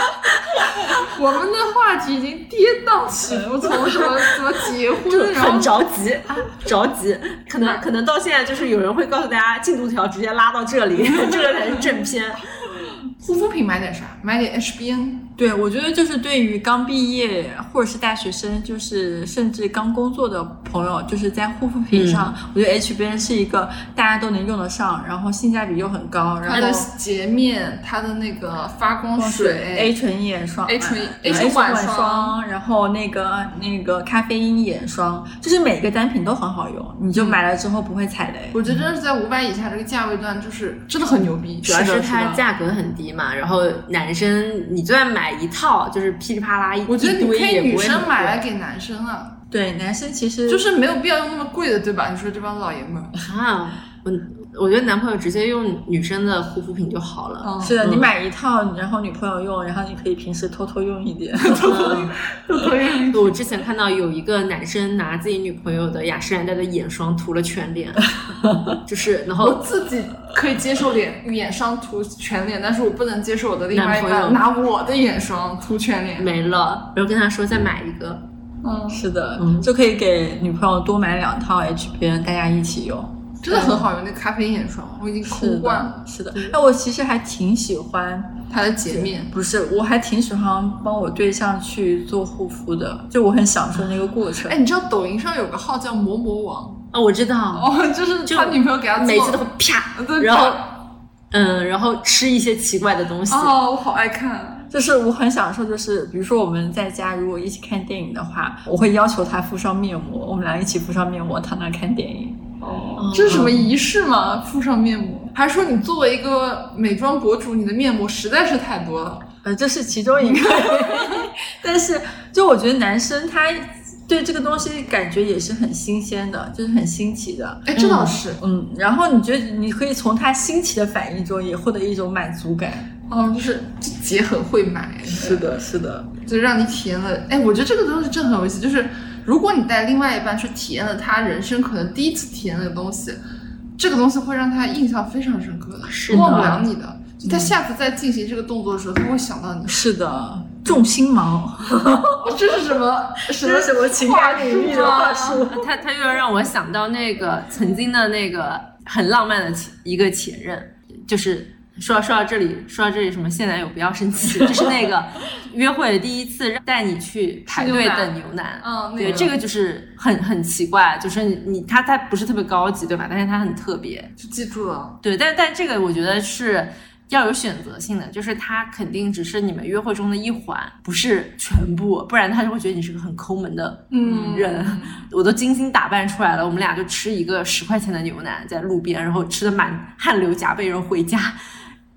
B: 我们的话题已经跌宕起伏，从什么什么结婚，嗯然后嗯
C: 很着急啊，着急，可能可能到现在就是有人会告诉大家进度条直接拉到这里，
B: 嗯
C: 这个才是正片。
B: 护肤品买点啥？买点 HBN。
A: 对，我觉得就是对于刚毕业或者是大学生，就是甚至刚工作的朋友，就是在护肤品上，
B: 嗯
A: 我觉得 HBN 是一个大家都能用得上，然后性价比又很高，然
C: 哎
B: 它的
A: 后
B: 洁面，它的那个发光
A: A
C: 哎
B: 水，
A: 醇眼霜
B: A 醇 A
A: A
B: 醇
A: 醇
B: 晚
A: 晚
B: 霜
A: 霜，然后那个那个咖啡因眼霜，就是每个单品都很好用，你
B: 嗯
A: 就买了之后不会踩雷。
B: 我觉得真的是在五百以下这个价位段，就是真的很牛逼。
C: 主要
A: 是
C: 是
A: 的
C: 它
A: 是的
C: 价格很低嘛，然后男生你就算买一套，就是噼里啪啦一，
B: 我觉得
C: 一
B: 你
C: 堆
B: 可以
C: 也
B: 女
C: 不会很
B: 生买
C: 贵
B: 来给男生啊，
A: 对，男生其实
B: 就是没有必要用那么贵的，对吧？你说这帮老爷们儿，
C: 啊，我我觉得男朋友直接用女生的护肤品就好
B: 哦
C: 了。
A: 是的，
C: 嗯
A: 你买一套，然后女朋友用，然后你可以平时偷偷用一点。
C: 嗯，我之前看到有一个男生拿自己女朋友的雅诗兰黛的眼霜涂了全脸，就是 然
B: 我
C: 后
B: 自己可以接受脸眼霜涂全脸，但是我不能接受我的另外一
C: 男朋友
B: 半拿我的眼霜涂全脸。
C: 没了，然后跟他说再买一个。
B: 嗯，
A: 是的，
C: 嗯
A: 就可以给女朋友多买两套 HBN，大家一起用。
B: 真的很好用，那个咖啡因眼霜我已经
A: 是
B: 哭惯
A: 的，
B: 了。
A: 是的。哎，我其实还挺喜欢，
B: 它的洁面，
A: 不是，我还挺喜欢帮我对象去做护肤的，就我很享受那个过程。
B: 哎，你知道抖音上有个号叫魔魔王，
C: 哦，我知道，
B: 哦， 就是
C: 就
B: 他女朋友给他做呃
C: 每次都会啪，
B: 对
C: 然后
B: 啪
C: 嗯，然后吃一些奇怪的东西。
B: 哦，我好爱看，
A: 就是我很享受，就是比如说我们在家如果一起看电影的话，我会要求他敷上面膜，我们俩一起敷上面膜，躺那儿看电影。
B: 哦这是什么仪式吗？敷上面膜，还是说你作为一个美妆博主，你的面膜实在是太多了？
C: 嗯
A: 呃，这是其中一 个原因，但是就我觉得男生他对这个东西感觉也是很新鲜的，就是很新奇的。
B: 哎，这倒是，
A: 嗯，然后你觉得你可以从他新奇的反应中也获得一种满足感。
B: 哦，就是这姐很会买，
A: 的，是的，
B: 就让你体验了。哎，我觉得这个东西真的很有意思，就是如果你带另外一半去体验了他人生可能第一次体验的东西，这个东西会让他印象非常深刻的，
C: 是的
B: 忘不了你的。就他下次再进行这个动作的时候，他会想到你。
A: 是的，重心毛，
B: 这是什么？什么
A: 这是什么情感领域的话
B: 术啊？
A: 术？
C: 他他又让我想到那个曾经的那个很浪漫的前一个前任，就是说到说到这里，说到这里什么现男友不要生气，就是那 个约会的第一次让带你去排队等牛腩。
B: 嗯，那
C: 对，
B: 个
C: 这个就是很很奇怪，就是你你他他不是特别高级，对吧？但是他很特别，
B: 就记住了。
C: 对，但但这个我觉得是要有选择性的，就是它肯定只是你们约会中的一环，不是全部，不然他就会觉得你是个很抠门的
B: 嗯
C: 人。 我都精心打扮出来了，我们俩就吃一个十块钱的牛腩在路边，然后吃的满汗流浃背，然后回家，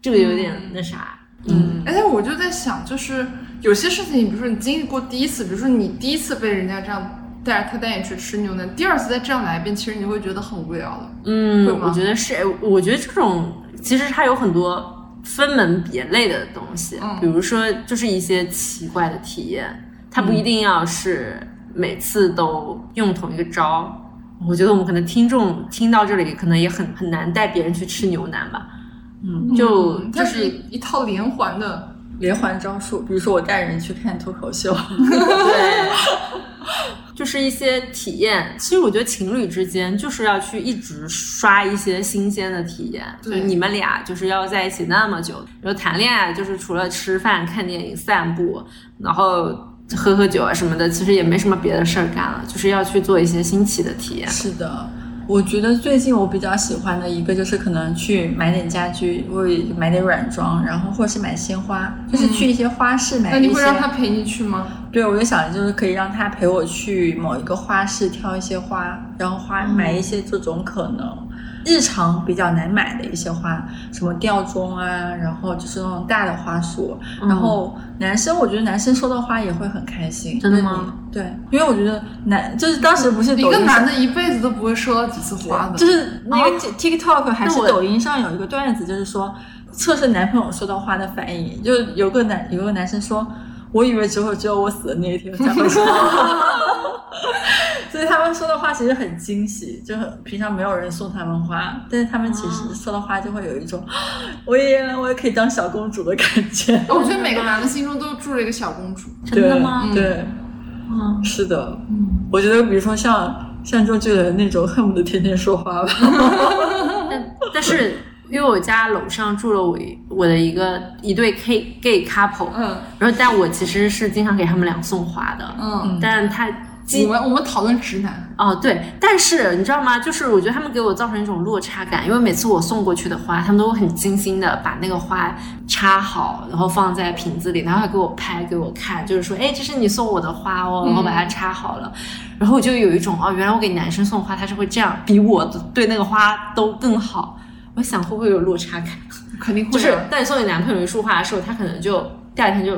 C: 这个有点那啥，
A: 嗯，
B: 哎，但我就在想，就是有些事情，比如说你经历过第一次，比如说你第一次被人家这样带着他带你去吃牛腩，第二次再这样来一遍，其实你会觉得很无聊了。
C: 嗯，
B: 会吗
C: 我觉得是，我觉得这种其实它有很多分门别类的东西，
B: 嗯
C: 比如说就是一些奇怪的体验，它不一定要是每次都用同一个招。我觉得我们可能听众听到这里，可能也很很难带别人去吃牛腩吧。嗯，就
B: 嗯
C: 就
B: 它
C: 是
B: 是一套连环的，
A: 连环招数，比如说我带人去看脱口秀，
C: 对， 就是一些体验。其实我觉得情侣之间就是要去一直刷一些新鲜的体验。
B: 对
C: 就你们俩就是要在一起那么久，然后谈恋爱就是除了吃饭、看电影、散步，然后喝喝酒啊什么的，其实也没什么别的事儿干了，就是要去做一些新奇的体验。
A: 是的，我觉得最近我比较喜欢的一个就是可能去买点家具，或者买点软装，然后或者是买鲜花，就是去一些花市买一些。
B: 那你会让他陪你去吗？
A: 对，我就想就是可以让他陪我去某一个花市挑一些花，然后花买一些这种可能日常比较难买的一些花，什么吊钟啊，然后就是那种大的花束。然后男生，我觉得男生收到花也会很开心。
C: 真的
A: 因为
C: 吗
A: 你？对，因为我觉得男就是当时不是
B: 嗯一
A: 抖音上
B: 个男的一辈子都不会收到几次花的，
A: 就是那个 Tik- TikTok 还是
C: 哦那我
A: 抖音上有一个段子，就是说测试男朋友收到花的反应，就是有个男有个男生说，我以为只有只有我死的那一天才会收到花， 所以他们收到花其实很惊喜，就很平常没有人送他们花，但是他们其
C: 哦
A: 实收到花就会有一种，我也我也可以当小公主的感觉，
B: 哦我觉得每个男的心中都住着一个小公主。
C: 真的吗？
A: 对。对
C: 嗯，
A: 是的，嗯，我觉得比如说像像周杰伦那种，恨不得天天说花吧，
C: 嗯但但是因为我家楼上住了我一我的一个一对 gay gay couple，
B: 嗯
C: 然后但我其实是经常给他们俩送花的，
B: 嗯，
C: 但他
B: 我
C: 基
B: 们我们讨论直男，
C: 哦对，但是你知道吗？就是我觉得他们给我造成一种落差感，因为每次我送过去的花，他们都会很精心的把那个花插好，然后放在瓶子里，然后还给我拍给我看，就是说，哎，这是你送我的花哦，然后把
A: 嗯
C: 它插好了。然后我就有一种哦，原来我给男生送花，他是会这样，比我对那个花都更好。我想会不会有落 差感？
B: 肯定
C: 就
B: 会啊
C: 是
A: 啊
B: 的，
C: 当你送你男朋友一束花的时候，他可能就第二天就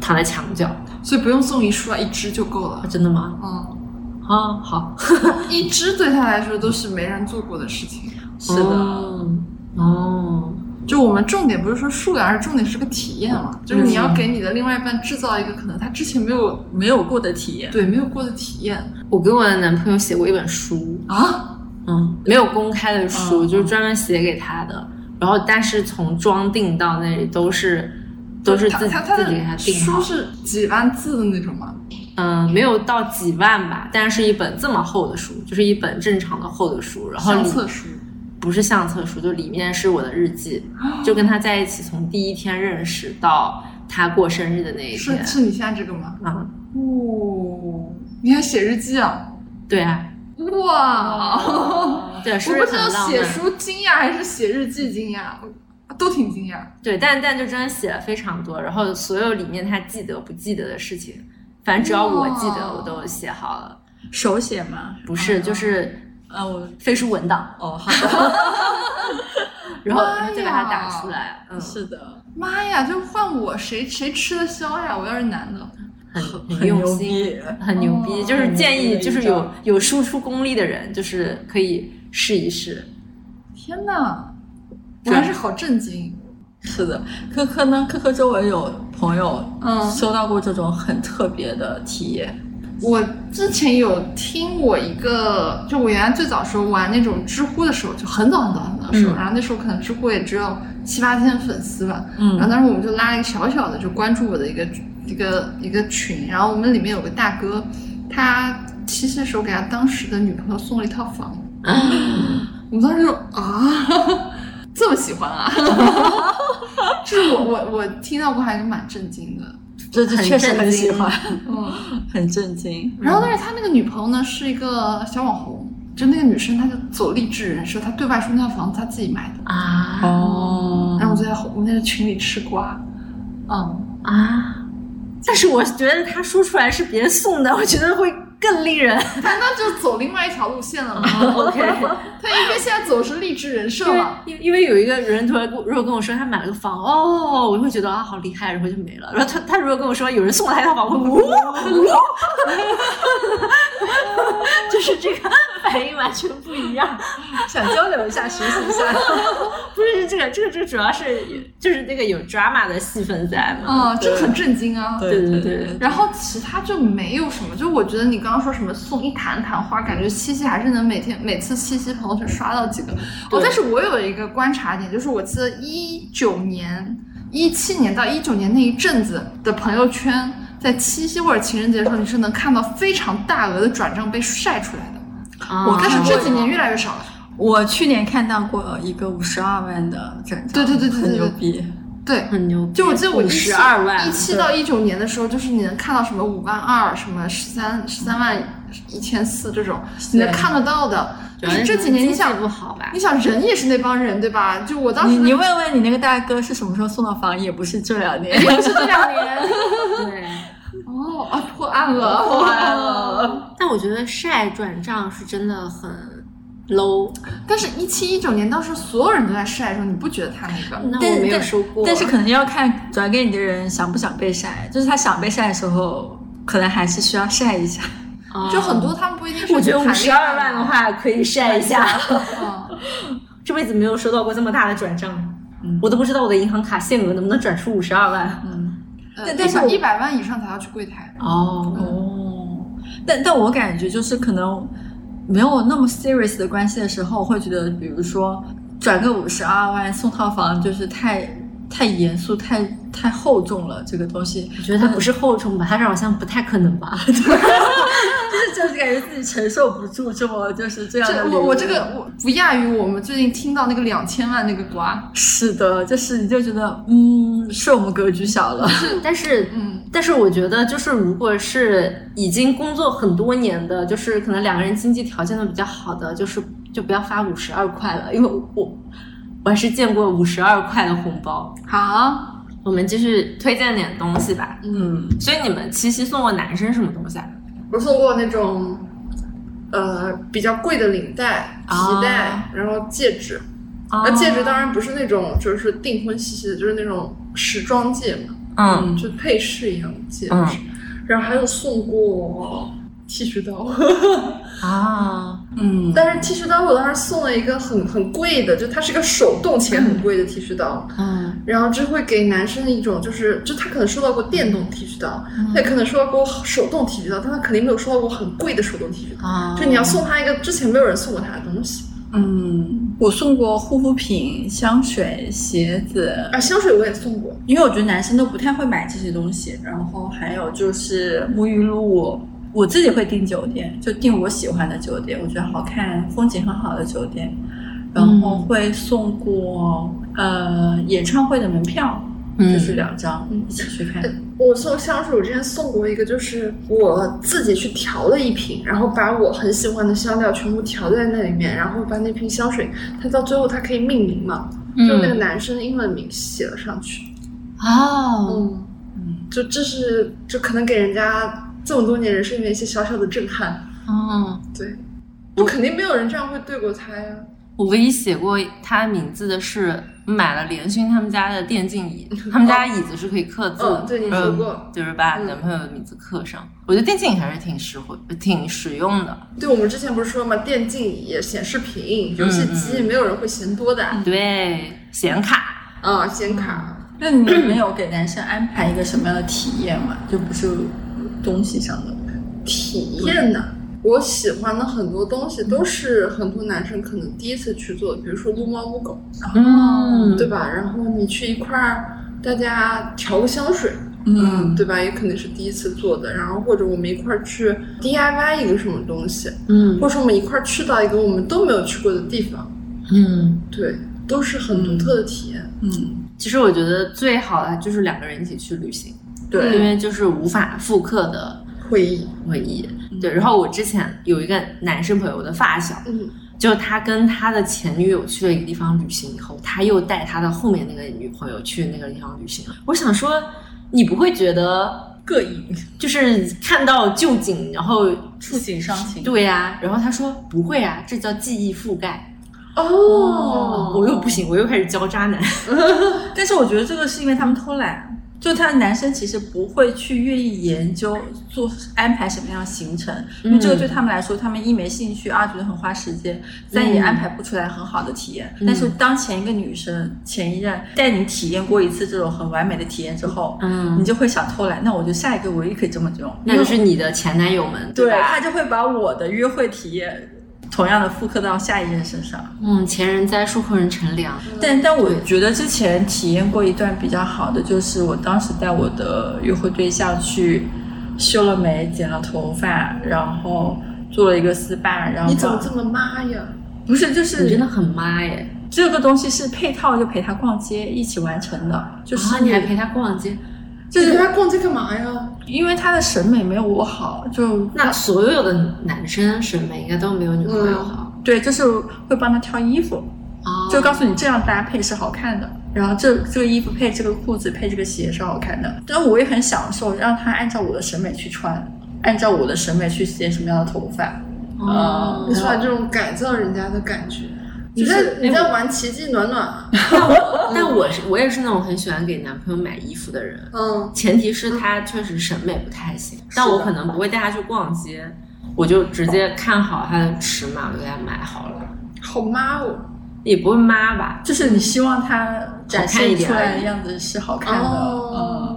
C: 躺在墙角。
B: 所以不用送一束啊，一支就够
C: 啊
B: 了。
C: 真的吗？
B: 嗯，
C: 啊，好，
B: 一支对他来说都是没人做过的事情。
A: 是的。
C: 哦，哦
B: 就我们重点不是说数量，而是重点是个体验嘛，就是你要给你的另外一半制造一个可能他之前没有
A: 没有过的体验。
B: 对没有过的体验
C: 我给我的男朋友写过一本书，
B: 啊，
C: 嗯，没有公开的书，
A: 嗯
C: 就是专门写给他的。然后，但是从装订到那里都是都是
B: 他
C: 自己
B: 他他
C: 自己给他
B: 的
C: 订好
B: 书，是几万字的那种嘛，
C: 嗯，没有到几万吧，但是一本这么厚的书，就是一本正常的厚的书，然后
B: 相
C: 里
B: 册书。
C: 不是相册书，就里面是我的日记，
B: 哦
C: 就跟他在一起从第一天认识到他过生日的那一
B: 是
C: 天，
B: 是你现在这个吗？
C: 啊，
B: 哦，你还写日记啊？
C: 对啊，
B: 哇！
C: 对， 啊是
B: 哦我
C: 不是
B: 不知
C: 很
B: 道
C: 浪
B: 写
C: 漫？
B: 书惊讶还是写日记惊讶，我都挺惊讶。
C: 对，但但就真的写了非常多，然后所有里面他记得不记得的事情，反正只要我记得，
B: 哇
C: 我都写好了。
A: 手写吗？
C: 不是，就是
A: 啊，我
C: 飞书文档，
A: 哦，好 的，
C: 然后
B: 妈呀
C: 再把它打出来，嗯，
A: 哎是的，
B: 妈呀，就换我谁谁吃得消呀？我要是男的，
C: 很
A: 很
C: 用
A: 牛
C: 心，
A: 逼。
C: 很牛逼。
B: 哦
C: 就是建
A: 很牛
C: 议，
A: 逼的
C: 就是
A: 一招
C: 有有输出功力的人，就是可以试一试。
B: 天哪！我
C: 对
B: 还是好震惊。
A: 是的，科科呢？科科周围有朋友
B: 嗯
A: 收到过这种很特别的体验，
B: 我之前有听我一个，就我原来最早时候玩那种知乎的时候，就很早很早很早的时候，
C: 嗯
B: 然后那时候可能知乎也只有七八千粉丝吧，然后
A: 嗯
B: 当时我们就拉了一个小小的，就关注我的一个一个一个群，然后我们里面有个大哥，他七岁的时候给他当时的女朋友送了一套房，我们当时就啊， 这么喜欢啊， 就是我我我听到过还是蛮震惊的，
A: 这这
C: 很
A: 确实
C: 震
A: 很喜
C: 惊
A: 欢，
B: 嗯，
A: 很震惊。
B: 然后但是他那个女朋友呢是一个小网红，就那个女生她就走励志人设，她对外说那套房子她自己买的，
C: 啊
A: 哦
B: 哎然后我就在我们那个群里吃瓜，嗯。
C: 啊！但是我觉得他说出来是别人送的，我觉得会更令人
B: 他那就走另外一条路线了嘛。
C: OK。
B: 他因为现在走是励志人设
C: 因为
B: 嘛。
C: 因因为有一个人突然跟我如果跟我说他买了个房，哦，我就会觉得啊好厉害，然后就没了。然后他他如果跟我说有人送了 他一套房，我会呜呜，就是这个反应完全不一样。
B: 想交流一下，学习一下。
C: 不是是这个，这个这个主要是就是那个有 drama 的戏份在嘛。
B: 啊，这个很震惊啊！
C: 对对
D: 对
C: 对，
B: 然后其他就没有什么，就我觉得你刚刚说什么送一坛坛花，感觉七夕还是能每天每次七夕朋友圈刷到几个。哦，但是我有一个观察点，就是我记得一九年、一七年到一九年那一阵子的朋友圈，在七夕或者情人节的时候，你是能看到非常大额的转账被晒出来的。
C: 我
B: 但是这几年越来越少了。
A: 我去年看到过一个五十二万的转账，
B: 对对对对
A: 很
B: 对
A: 牛
B: 对
A: 逼。
B: 对，
C: 很牛逼，
B: 就我记得我一
C: 十二万
B: 一七到一九年的时候，就是你能看到什么五万二、什么十三十三万一千四这种，你能看得到的。
C: 主
B: 就
C: 要
B: 是这几年你想
C: 经济不好 吧
B: 你？想人也是那帮人对吧？就我当
A: 你
B: 时
A: 你问问你那个大哥是什么时候送的房，也不是这两年。
B: 不是这两年
C: 对。
B: 哦啊破案了破案了，
C: 但我觉得晒转账是真的很 low，
B: 但是，一七一九年当时所有人都在晒的时候，你不觉得他那个？
C: 那
A: 但
C: 我没有
A: 但
C: 收过。
A: 但是可能要看转给你的人想不想被晒，就是他想被晒的时候，可能还是需要晒一下。
C: 啊
B: 就很多，他们不一定是
C: 我觉得
B: 谈恋爱
C: 五十二万的，话可以晒一 下。
B: 嗯
C: 这辈子没有收到过这么大的转账，我都不知道我的银行卡限额能不能转出五十二万。
B: 呃
A: 但但是我
B: 一百万以上才要去柜台。
C: 哦，
A: 哦， 但但我感觉就是可能没有那么 serious 的关系的时候，会觉得，比如说转个五十二万送套房，就是太太严肃、太太厚重了。这个东西
C: 我觉得它不是厚重吧，它是好像不太可能 吧？
A: 就是就是感觉自己承受不住这么就是这样的
B: 这
A: 礼
B: 我
A: 物
B: 我这个我不亚于我们最近听到那个两千万那个瓜，
A: 是的，就是你就觉得嗯，是我们格局小了。
C: 但是，
B: 嗯，
C: 但是我觉得，就是如果是已经工作很多年的，就是可能两个人经济条件都比较好的，就是就不要发五十二块了，因为我我还是见过五十二块的红包。
B: 好，
C: 我们继续推荐点东西吧。
A: 嗯，
C: 所以你们七夕送过男生什么东西啊？
B: 我送过那种，呃，比较贵的领带、
C: 啊
B: 皮带，然后戒指。那、戒指当然不是那种就是订婚兮兮的，就是那种时装戒嘛，
C: 嗯，
B: 就配饰一样的戒指。
C: 嗯
B: 然后还有送过剃须刀，
C: 啊，嗯，
B: 但是剃须刀我当时送了一个很很贵的，就它是个手动且很贵的剃须刀。
C: 嗯，
B: 然后这会给男生一种就是，就他可能收到过电动剃须刀，
C: 嗯
B: 他也可能收到过手动剃须刀，但他肯定没有收到过很贵的手动剃须刀。
C: 啊
B: 就你要送他一个之前没有人送过他的东西
A: 嗯，我送过护肤品、香水、鞋子，
B: 啊，香水我也送过，
A: 因为我觉得男生都不太会买这些东西，然后还有就是沐浴露，我自己会订酒店，就订我喜欢的酒店，我觉得好看、风景很好的酒店，然后会送过、呃演唱会的门票，就是两张、一起去看。
B: 我送香水，我之前送过一个，就是我自己去调了一瓶，然后把我很喜欢的香料全部调在那里面，然后把那瓶香水，它到最后它可以命名嘛，
C: 嗯
B: 就那个男生的英文名写了上去。
C: 哦，
B: 嗯，就这是就可能给人家这么多年人生里面一些小小的震撼。
C: 哦，
B: 对，就肯定没有人这样会对过他呀。
C: 我唯一写过他名字的是买了联勋他们家的电 竞椅，他们家椅子是可以刻字的，
B: 嗯，对你说过，
C: 就是把
B: 嗯
C: 男朋友的名字刻上。我觉得电竞椅还是挺实惠、挺实用的。
B: 对我们之前不是说嘛，电竞椅、显示屏、游戏机，
C: 嗯
B: 没有人会嫌多的啊，
C: 对，显卡
B: 嗯显卡。
A: 那你们有给男生安排一个什么样的体验吗？就不是东西上的。
B: 体验呢？我喜欢的很多东西
A: 嗯
B: 都是很多男生可能第一次去做，比如说撸猫撸狗，
C: 嗯
B: 对吧？然后你去一块儿，大家调个香水，
A: 嗯
B: 对吧？也肯定是第一次做的。然后或者我们一块儿去 DIY 一个什么东西，
C: 嗯
B: 或者我们一块儿去到一个我们都没有去过的地方，
C: 嗯。
B: 对，都是很独特的体验。
A: 嗯，
C: 其实我觉得最好的就是两个人一起去旅行，因
A: 对，
B: 嗯
C: 为就是无法复刻的
B: 回忆，
C: 回忆。对，然后我之前有一个男生朋友，我的发小，
B: 嗯，
C: 就他跟他的前女友去了一个地方旅行以后，他又带他的后面那个女朋友去那个地方旅行。我想说，你不会觉得
A: 膈应，
C: 就是看到旧景，然后
A: 触景伤情。
C: 对呀、然后他说不会啊，这叫记忆覆盖。哦
B: 哦，
A: 哦
C: 我又不行，我又开始教渣男。
A: 但是我觉得这个是因为他们偷懒，就他男生其实不会去愿意研究做安排什么样的行程，
C: 嗯
A: 因为这个对他们来说，他们一没兴趣，二觉得很花时间，三也安排不出来很好的体验。
C: 嗯
A: 但是当前一个女生前一任带你体验过一次这种很完美的体验之后，
C: 嗯
A: 你就会想偷懒，那我就下一个我也可以这么用，
C: 那就是你的前男友们，
A: 对
C: 吧？
A: 他就会把我的约会体验同样的复刻到下一任身上。
C: 嗯，前人栽树，后人乘凉。
A: 但但我觉得之前体验过一段比较好的，就是我当时带我的约会对象去修了眉、剪了头发，然后做了一个 SPA，然后
B: 嗯你怎么这么妈呀？
A: 不是就
C: 你真
A: 是
C: 的很妈耶！
A: 这个东西是配套，就陪他逛街一起完成的，就是、
C: 啊，你还陪他逛街，
A: 就
B: 你
A: 是
B: 跟他逛街干嘛呀？
A: 因为他的审美没有我好，就
C: 那所有的男生审美应该都没有女朋友好
A: 对，就是会帮他挑衣服，
C: 啊。
A: 嗯就告诉你这样搭配是好看的，然后这这个衣服配这个裤子配这个鞋是好看的，但我也很享受让他按照我的审美去穿，按照我的审美去剪什么样的头发，
C: 哦
A: 嗯
B: 你是把这种改造人家的感觉，你
A: 就
B: 在
A: 是
B: 你在玩奇迹暖 暖啊？
C: 但我但我是我也是那种很喜欢给男朋友买衣服的人，
B: 嗯，
C: 前提是他确实审美不太行，但我可能不会带他去逛街，我就直接看好他的尺码，我就给他买好了，
B: 好妈哦。
C: 也不会妈吧？
A: 就是你希望他展
C: 好看一
A: 现
C: 点
A: 出来
C: 而
A: 的
C: 已
A: 样子是好看的。
B: 哦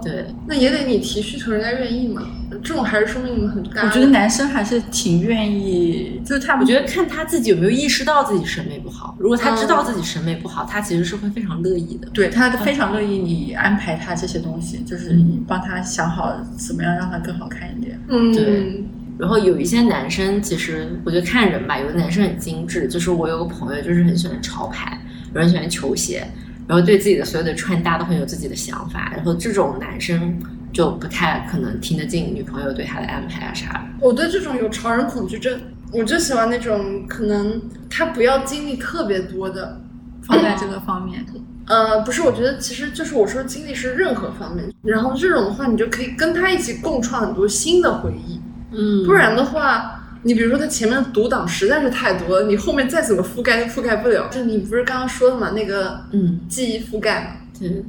A: 嗯，
C: 对，
B: 那也得你提需求，人家愿意嘛。这种还是说明你们很干。
A: 我觉得男生还是挺愿意，就是他
C: 我
A: 们
C: 觉得看他自己有没有意识到自己审美不好，如果他知道自己审美不好，他其实是会非常乐意的。
A: 对他非常乐意你安排他这些东西，就是你帮他想好怎么样让他更好看一点。
C: 对
B: 嗯，
C: 然后有一些男生，其实我觉得看人吧，有的男生很精致，就是我有个朋友就是很喜欢潮牌，有人喜欢球鞋，然后对自己的所有的穿搭都很有自己的想法，然后这种男生就不太可能听得进女朋友对他的安排啊啥的。
B: 我对这种有潮人恐惧症，我就喜欢那种可能他不要经历特别多的。
A: 放在这个方面，
B: 呃，不是，我觉得其实就是我说经历是任何方面，然后这种的话，你就可以跟他一起共创很多新的回忆。
C: 嗯
B: 不然的话，你比如说他前面的独挡实在是太多了，你后面再怎么覆盖都覆盖不了。就你不是刚刚说的嘛，那个
C: 嗯，
B: 记忆覆盖嘛，
C: 对，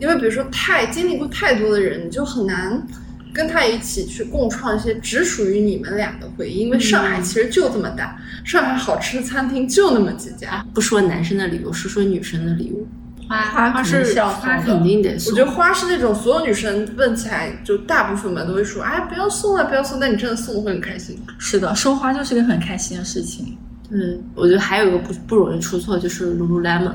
B: 因为比如说太经历过太多的人，你就很难跟他一起去共创一些只属于你们俩的回忆。因为上
C: 嗯
B: 海其实就这么大，上海好吃的餐厅就那么几家。
C: 不说男生的礼物，是说女生的礼物。
A: 花
C: 花
A: 肯定
C: 是
A: 是要
C: 花
A: 送的
C: 肯定得
B: 我
C: 送。
B: 觉得花是那种所有女生问起来，就大部分嘛都会说，哎，不要送了，不要送。但你真的送了会很开心。
A: 是的，收花就是一个很开心的事情。
C: 对，我觉得还有一个不不容易出错就是 Lululemon。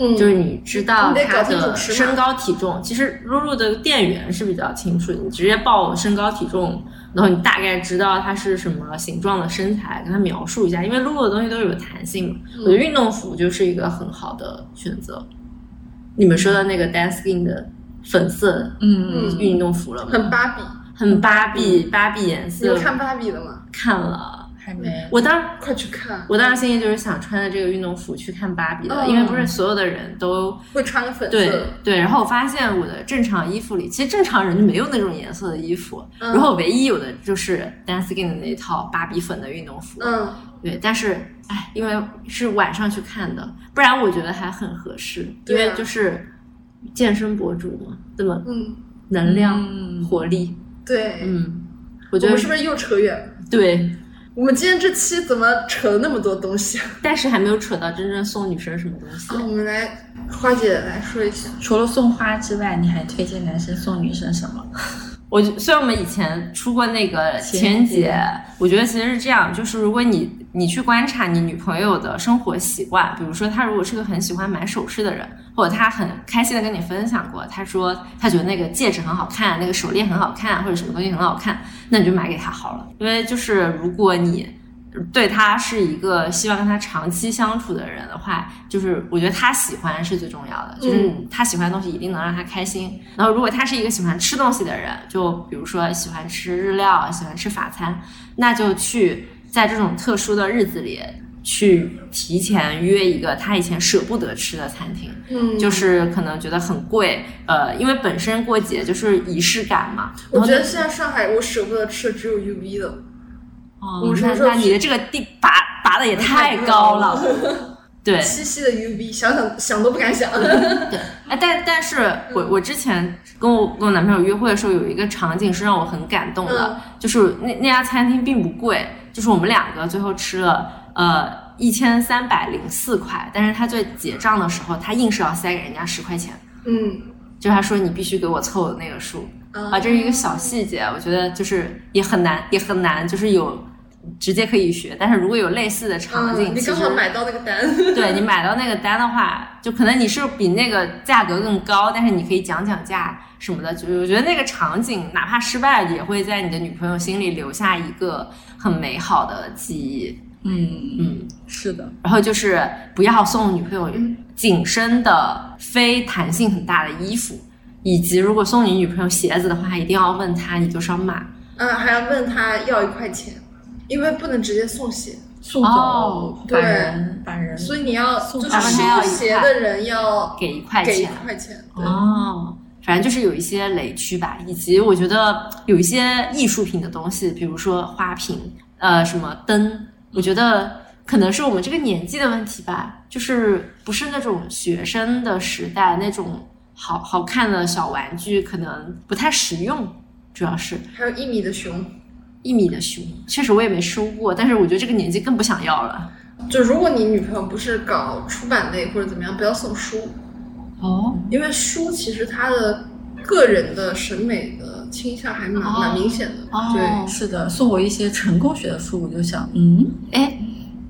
B: 嗯，
C: 就是你知道
B: 你得搞
C: 他
B: 清
C: 的
B: 楚尺码
C: 身高体重，其实露露的店员是比较清楚，你直接报身高体重，然后你大概知道他是什么形状的身材，跟他描述一下，因为露露的东西都有弹性嘛。
B: 嗯
C: 我觉得运动服就是一个很好的选择。你们说的那个 Dancing 的粉色
A: 嗯
B: 嗯
C: 运动服了吗？
B: 很芭比。
C: 很芭比，芭比颜
B: 你有
C: 色。
B: 看芭比的吗？
C: 看了，
A: 还没。
C: 我当
B: 快去看，
C: 我当时心里就是想穿着这个运动服去看芭比的，
B: 嗯
C: 因为不是所有的人都
B: 会穿个粉色
C: 对
B: 的。
C: 对，然后我发现我的正常衣服里，其实正常人就没有那种颜色的衣服，
B: 嗯
C: 然后唯一有的就是 Dancing 的那套芭比粉的运动服。
B: 嗯，
C: 对，但是哎，因为是晚上去看的，不然我觉得还很合适，因
B: 对啊
C: 为就是健身博主嘛，对吧？
B: 嗯，
C: 能量、
A: 嗯
C: 活力，
B: 对。
C: 嗯，我
B: 我
C: 觉得
B: 们是不是又扯远了？
C: 对，
B: 我们今天这期怎么扯了那么多东西 啊？
C: 但是还没有扯到真正送女生什么东西。
B: 我们来花姐来说一下。
A: 除了送花之外，你还推荐男生送女生什么？
C: 我就虽然我们以前出过那个
A: 情
C: 情
A: 人
C: 节
A: 节，
C: 我觉得其实是这样，就是如果你你去观察你女朋友的生活习惯，比如说她如果是个很喜欢买首饰的人，或者她很开心的跟你分享过，她说她觉得那个戒指很好看，那个手链很好看，或者什么东西很好看，那你就买给她好了。因为就是如果你对她是一个希望跟她长期相处的人的话，就是我觉得她喜欢是最重要的，就是她喜欢的东西一定能让她开心。然后如果他是一个喜欢吃东西的人，就比如说喜欢吃日料、啊喜欢吃法餐，那就去在这种特殊的日子里去提前约一个他以前舍不得吃的餐厅，
B: 嗯，
C: 就是可能觉得很贵，呃，因为本身过节就是仪式感嘛。
B: 我
C: 然后
B: 觉得
C: 呢
B: 现在上海我舍不得吃的只有 UV 了。
C: 哦
B: 我们什
C: 那
B: 么时候
C: 那你的这个地拔拔的也太高了。对，
F: 七夕的 U B，想想想都不敢 想。
C: 哎，但但是我
F: 嗯
C: 我之前跟我跟我男朋友约会的时候，有一个场景是让我很感动的，
F: 嗯
C: 就是那那家餐厅并不贵，就是我们两个最后吃了呃一千三百零四块，但是他最结账的时候，他硬是要塞给人家十块钱，
F: 嗯
C: 就他说你必须给我凑那个数啊，这是一个小细节，我觉得就是也很难也很难，就是有直接可以学，但是如果有类似的场
F: 嗯，
C: 景，其
F: 你
C: 实
F: 刚好买到那个单。
C: 对你买到那个单的话，就可能你是比那个价格更高，但是你可以讲讲价什么的。就是我觉得那个场景，哪怕失败，也会在你的女朋友心里留下一个很美好的记忆。
A: 嗯，
C: 嗯，
A: 是的，
C: 然后就是不要送女朋友
F: 嗯
C: 紧身的、非弹性很大的衣服，以及如果送你女朋友鞋子的话，一定要问她你多少码。
F: 嗯，还要问他要一块钱，因为不能直接送鞋，
A: 速
C: 哦
A: 走
F: 对
A: 把人把人，
F: 所以你要就是
C: 嗯他们要
F: 收
C: 一
F: 鞋
C: 块
F: 的人要
C: 给一块
F: 给一
C: 钱，
F: 块钱。对
C: 哦，反正就是有一些雷区吧，以及我觉得有一些艺术品的东西，比如说花瓶，呃，什么灯，我觉得可能是我们这个年纪的问题吧，就是不是那种学生的时代那种好好看的小玩具，可能不太实用，主要是
F: 还有一米的熊，
C: 一米的熊，确实我也没收过，但是我觉得这个年纪更不想要了。
F: 就如果你女朋友不是搞出版类或者怎么样，不要送书，
C: 哦，
A: 嗯
F: 因为书其实它的个人的审美的倾向还蛮、
C: 哦
F: 蛮明显的。
C: 哦
F: 对，
A: 是的，送我一些成功学的书，我就想，嗯，
C: 哎，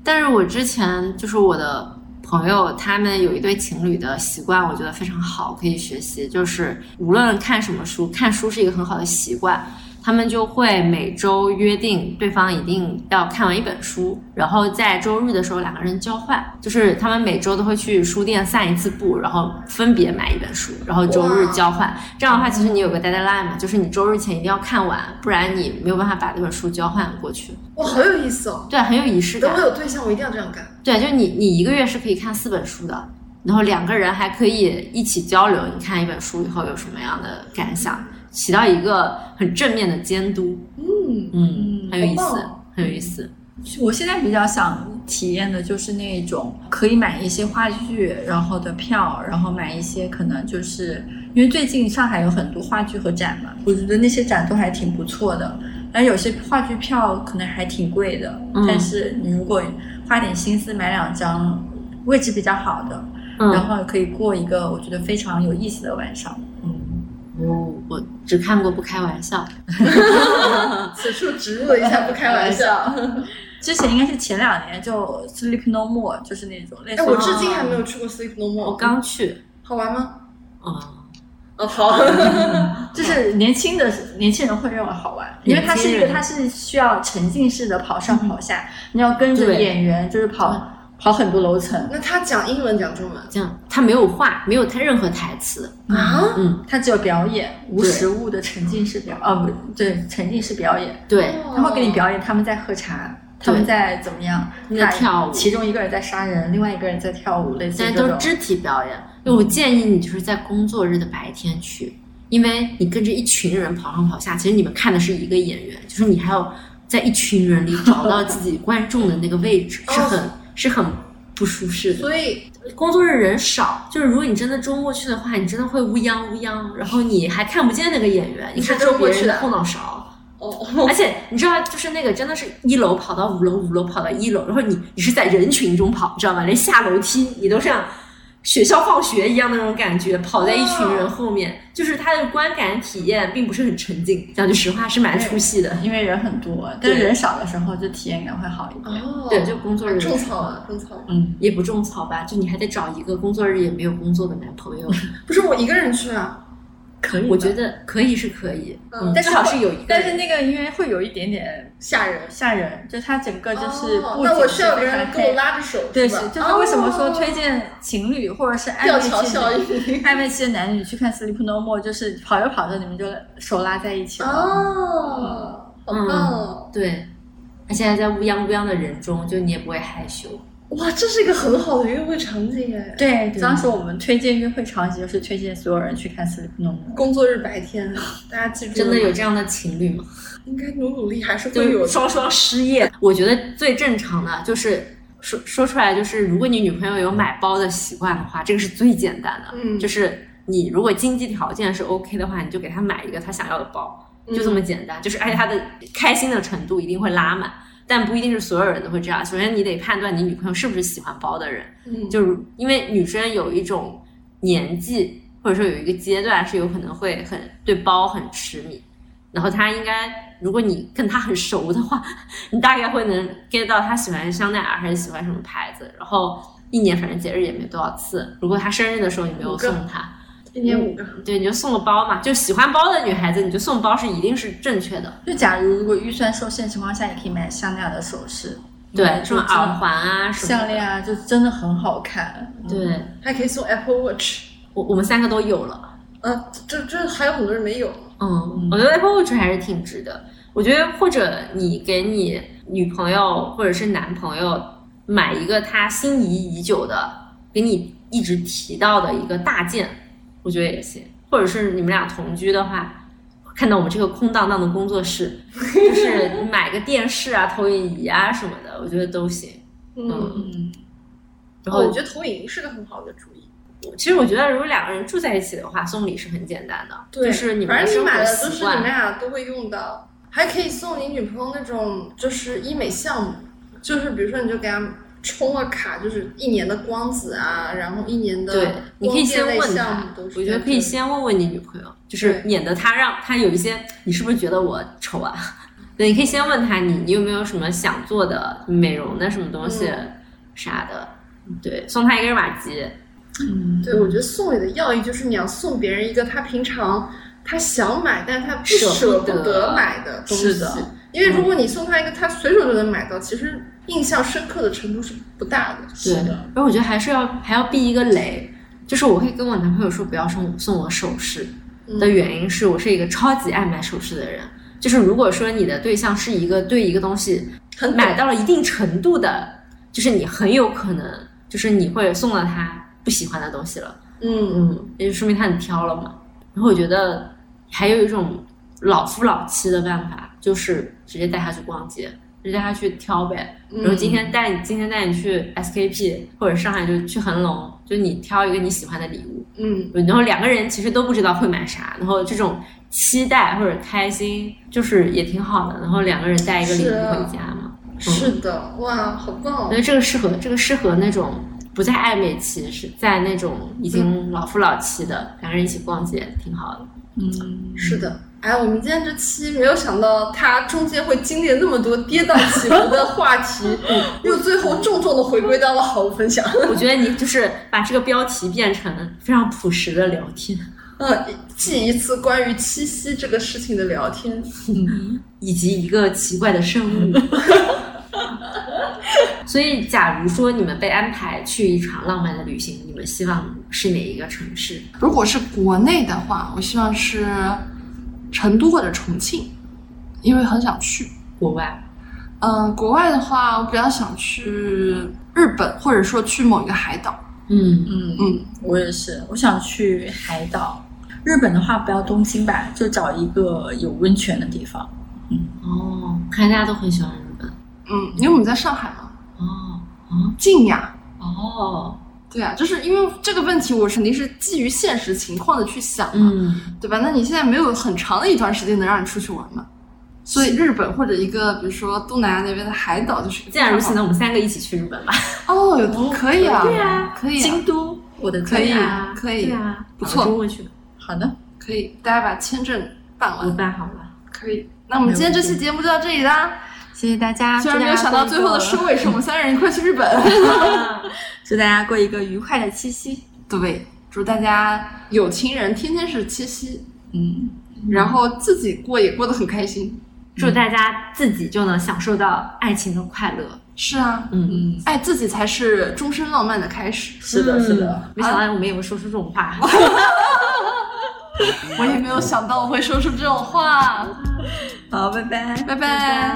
C: 但是我之前就是我的朋友，他们有一对情侣的习惯，我觉得非常好，可以学习。就是无论看什么书，看书是一个很好的习惯。他们就会每周约定对方一定要看完一本书，然后在周日的时候两个人交换，就是他们每周都会去书店散一次步，然后分别买一本书，然后周日
F: 哇
C: 交换。这样的话，其实你有个 deadline 嘛，就是你周日前一定要看完，不然你没有办法把那本书交换过去。
F: 哇，好有意思
A: 啊
F: 哦！
C: 对，很有仪式感
F: 等我。有对象，我一定要这样干。
C: 对，就是你你一个月是可以看四本书的，然后两个人还可以一起交流，你看一本书以后有什么样的感想，起到一个很正面的监督，
F: 嗯，
C: 嗯，
A: 嗯
C: 很有意
F: 好
C: 思
F: 棒，哦
C: 很有意思。
A: 我现在比较想体验的就是那种可以买一些话剧，然后的票，然后买一些可能就是因为最近上海有很多话剧和展嘛，我觉得那些展都还挺不错的。但有些话剧票可能还挺贵的，
C: 嗯
A: 但是你如果花点心思买两张位置比较好的，然
C: 嗯，
A: 后可以过一个我觉得非常有意思的晚上。嗯，
C: 我我只看过不开玩笑，
A: 嗯
F: 此处植入了一下，不开玩 笑。哎
A: 之前应该是前两年就 Sleep No More，就是那种类似
F: 哎，
A: 于
F: 我至今还没有去过 Sleep No
C: 我
F: More，
C: 刚去，
F: 好玩吗？
C: 嗯，
F: 哦，好。
A: 就是年轻的年轻人会认为好玩，因为它是一
C: 年轻
A: 个
C: 人
A: 它是需要沉浸式的跑上跑下，你要跟着
C: 嗯对
A: 演员就是跑跑很多楼层，
F: 那他讲英文讲中文
C: 这样他没有话，没有他任何台词，
F: 啊？
C: 嗯，
A: 它只有表演，无
C: 对
A: 实物的沉浸式表呃不对沉浸式表演，
C: 对，
A: 他会给你表演他们在喝茶，他们
C: 哦对
A: 在怎么样，
C: 在
A: 他
C: 跳舞
A: 其中一个人在杀人，另外一个人在跳舞，类似于
C: 但
A: 这
C: 都是
A: 种。嗯
C: 肢体表演。因为我建议你就是在工作日的白天去，因为你跟着一群人跑上跑下，其实你们看的是一个演员，就是你还要在一群人里找到自己观众的那个位置，
A: 哦
C: 是很是很不舒适的。
F: 所以
C: 工作日人少，就是如果你真的周末去的话，你真的会乌泱乌泱，然后你还看不见那个演员，你
F: 是
C: 看周
F: 周末
C: 别人
F: 去的
C: 的后脑勺。
F: 哦，
C: 而且你知道，就是那个真的是一楼跑到五楼，五楼跑到一楼，然后你你是在人群中跑，你知道吗？连下楼梯你都像学校放学一样的那种感觉，跑在一群人后
F: 哦
C: 面，就是它的观感体验并不是很沉浸。讲句实话，是蛮出戏的。
A: 因为人很多，但是
C: 对
A: 人少的时候就体验感会好一点。
F: 哦，
C: 对，就工作日
F: 种草啊，种草。
A: 嗯，
C: 也不种草吧，就你还得找一个工作日也没有工作的男朋友。
F: 不是我一个人去啊，
A: 可以
C: 我
A: 的
C: 觉得可以是可以，
F: 嗯
C: 最好是有一个人，
A: 但是那个因为会有一点点
F: 吓人。
A: 吓人，就它整个就是
F: 哦
A: 布景是非常黑、
F: 那我需要有个人跟我拉着手，
A: 对，
F: 是
A: 是
F: 吧
A: 就是为什么说
F: 哦
A: 推荐情侣或者是暧
F: 吊
A: 昧
F: 桥
A: 期
F: 效
A: 的
F: 应？
A: 暧昧期的男女去看《Sleep No More》，就是跑着跑着你们就手拉在一起 了。
F: 哦，好
C: 嗯
F: 棒哦！
C: 对，而且还在乌泱乌泱的人中，就你也不会害羞。
F: 哇，这是一个很好的约会场景哎。
A: 对，当时我们推荐约会场景就是推荐所有人去看《Sleep No More》。
F: 工作日白 天，大家记住，
C: 真的有这样的情侣吗？
F: 应该努努力还是
C: 就
F: 会有
C: 是
F: 的。
C: 双双失业。我觉得最正常的就是说说出来就是，如果你女朋友有买包的习惯的话，这个是最简单的，
F: 嗯
C: 就是你如果经济条件是 OK 的话，你就给她买一个她想要的包，
B: 嗯
C: 就这么简单。就是而且她的开心的程度一定会拉满，但不一定是所有人都会这样。首先你得判断你女朋友是不是喜欢包的人，
F: 嗯，
C: 就是因为女生有一种年纪，或者说有一个阶段是有可能会很对包很痴迷，然后她应该，如果你跟她很熟的话，你大概会能 get 到她喜欢香奈儿还是喜欢什么牌子，然后一年反正节日也没多少次，如果她生日的时候你没有送她，
F: 一年五个，
C: 对，你就送个包嘛，就喜欢包的女孩子你就送包是一定是正确的，
A: 就假如如果预算受限情况下，你可以买香奈儿的首饰，
C: 对，
A: 嗯
C: 什么
A: 就真的
C: 耳环啊什么的
A: 项链，啊，就真的很好看。
C: 对
F: 还可以送 Apple Watch。
C: 我我们三个都有了。
F: 啊，这这还有很多人没有，
C: 嗯，我觉得 Apple Watch 还是挺值的。我觉得或者你给你女朋友或者是男朋友买一个他心仪已久的，给你一直提到的一个大件，我觉得也行。或者是你们俩同居的话，看到我们这个空荡荡的工作室， 就是买个电视啊、投影仪啊什么的，我觉得都行。
F: 嗯，
A: 嗯，
C: 然
F: 哦，
C: 后
F: 我觉得投影仪是个很好的主意，
C: 其实我觉得，如果两个人住在一起的话，送礼是很简单的，
F: 对，
C: 就是你们
F: 反
C: 的
F: 正你
C: 生
F: 买
C: 活
F: 的都
C: 习
F: 是你们
C: 惯。
F: 俩都会用到，还可以送你女朋友那种就是医美项目，就是比如说你就给她充个卡，就是一年的光子啊，然后一年的
C: 对，你可
F: 光
C: 以
F: 电
C: 先
F: 类
C: 问
F: 项
C: 他
F: 目，都是
C: 我觉得
F: 在
C: 可以
F: 这里
C: 先问问你女朋友，就是
F: 对
C: 免得她让她有一些，你是不是觉得我丑啊？对，你可以先问她你你有没有什么想做的美容的什么东西、
F: 嗯
C: 啥的，对，送她一个热玛吉，
A: 嗯
F: 对，我觉得送礼的要义就是你要送别人一个他平常他想买，但是他不
C: 舍不
F: 舍不
C: 得嗯
F: 得买的东西。
C: 是的
F: 因为如果你送他一个他随手就能买到，其实印象深刻的程度是不大的。
C: 对，而我觉得还是要还要避一个雷，就是我会跟我男朋友说不要送送我首饰的原因是我是一个超级爱买首饰的人，就是如果说你的对象是一个对一个东西
F: 很
C: 买到了一定程度的，就是你很有可能就是你会送到他不喜欢的东西了，
F: 嗯，
C: 嗯，也就说明他很挑了嘛。然后我觉得还有一种老夫老妻的办法，就是直接带他去逛街，直接带他去挑呗。
B: 嗯
C: 比如嗯今天带你，今天带你去 SKP 或者上海就去恒隆，就你挑一个你喜欢的礼物。
F: 嗯，
C: 然后两个人其实都不知道会买啥，然后这种期待或者开心，就是也挺好的。然后两个人带一个礼物
F: 是啊
C: 回家嘛，嗯
F: 是的，哇，好棒哦
C: 我觉！得这个适合，这个适合那种不在暧昧期，是在那种已
F: 嗯
C: 经老夫老妻的、两个人一起逛街，挺好的。
A: 嗯，
F: 是的，哎，我们今天这期没有想到它中间会经历那么多跌宕起伏的话 题，
B: 嗯
F: 又最后重重的回归到了好物分享。
C: 我觉得你就是把这个标题变成非常朴实的聊天，
F: 呃，记一次关于七夕这个事情的聊天。
C: 以及一个奇怪的生物。 所以，假如说你们被安排去一场浪漫的旅行，你们希望是哪一个城市？
B: 如果是国内的话，我希望是成都或者重庆，因为很想去。
C: 国外？
B: 嗯，国外的话，我比较想去日本，或者说去某一个海岛。
C: 嗯，
A: 嗯
B: 嗯
A: 嗯，我也是，我想去海岛。日本的话，不要东京吧，就找一个有温泉的地方。
C: 哦，看来大家都很喜欢日本。
B: 嗯，因为我们在上海嘛，
C: 哦，
B: 近呀。
C: 哦，
B: 对啊，就是因为这个问题，我肯定是基于现实情况的去想嘛，
C: 嗯，
B: 对吧？那你现在没有很长的一段时间能让你出去玩嘛，所以日本或者一个比如说东南亚那边的海岛就是一个
C: 既然如此，
B: 非
C: 那我们三个一起去日本吧。
B: 常好的哦，可以啊，
C: 对啊
B: 可以啊，
A: 京都，我的
B: 可以
A: 天啊
B: 啊可以
C: 对啊，
B: 不错
C: 我周末去，
A: 好的，
B: 可以，大家把签证办
C: 我
B: 完，
C: 办好了。
B: 可以。那我们今天这期节目就到这里啦，
A: 谢谢大
C: 啊
A: 家。
B: 虽然没有
A: 祝大家
B: 想到
A: 过一
B: 最后的
A: 个
B: 收尾是我们三人一块去日 本。
A: 祝大家过一个愉快的七夕。
B: 对，祝大家有情人天天是七夕，
A: 嗯，
B: 然后自己过也过得很开心。
C: 祝大家自己就能享受到爱情的快乐。
B: 是啊，
C: 嗯，
B: 爱自己才是终身浪漫的开始。
A: 是的，是的。
C: 没想到我们也会说出这种话。
B: 我也没有想到我会说出这种话。
A: 好，拜拜。
B: 拜拜。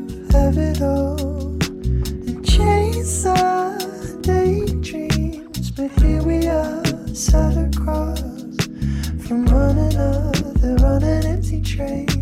G: have it all, and chase our daydreams. But here we are, sat across from one another on an empty train.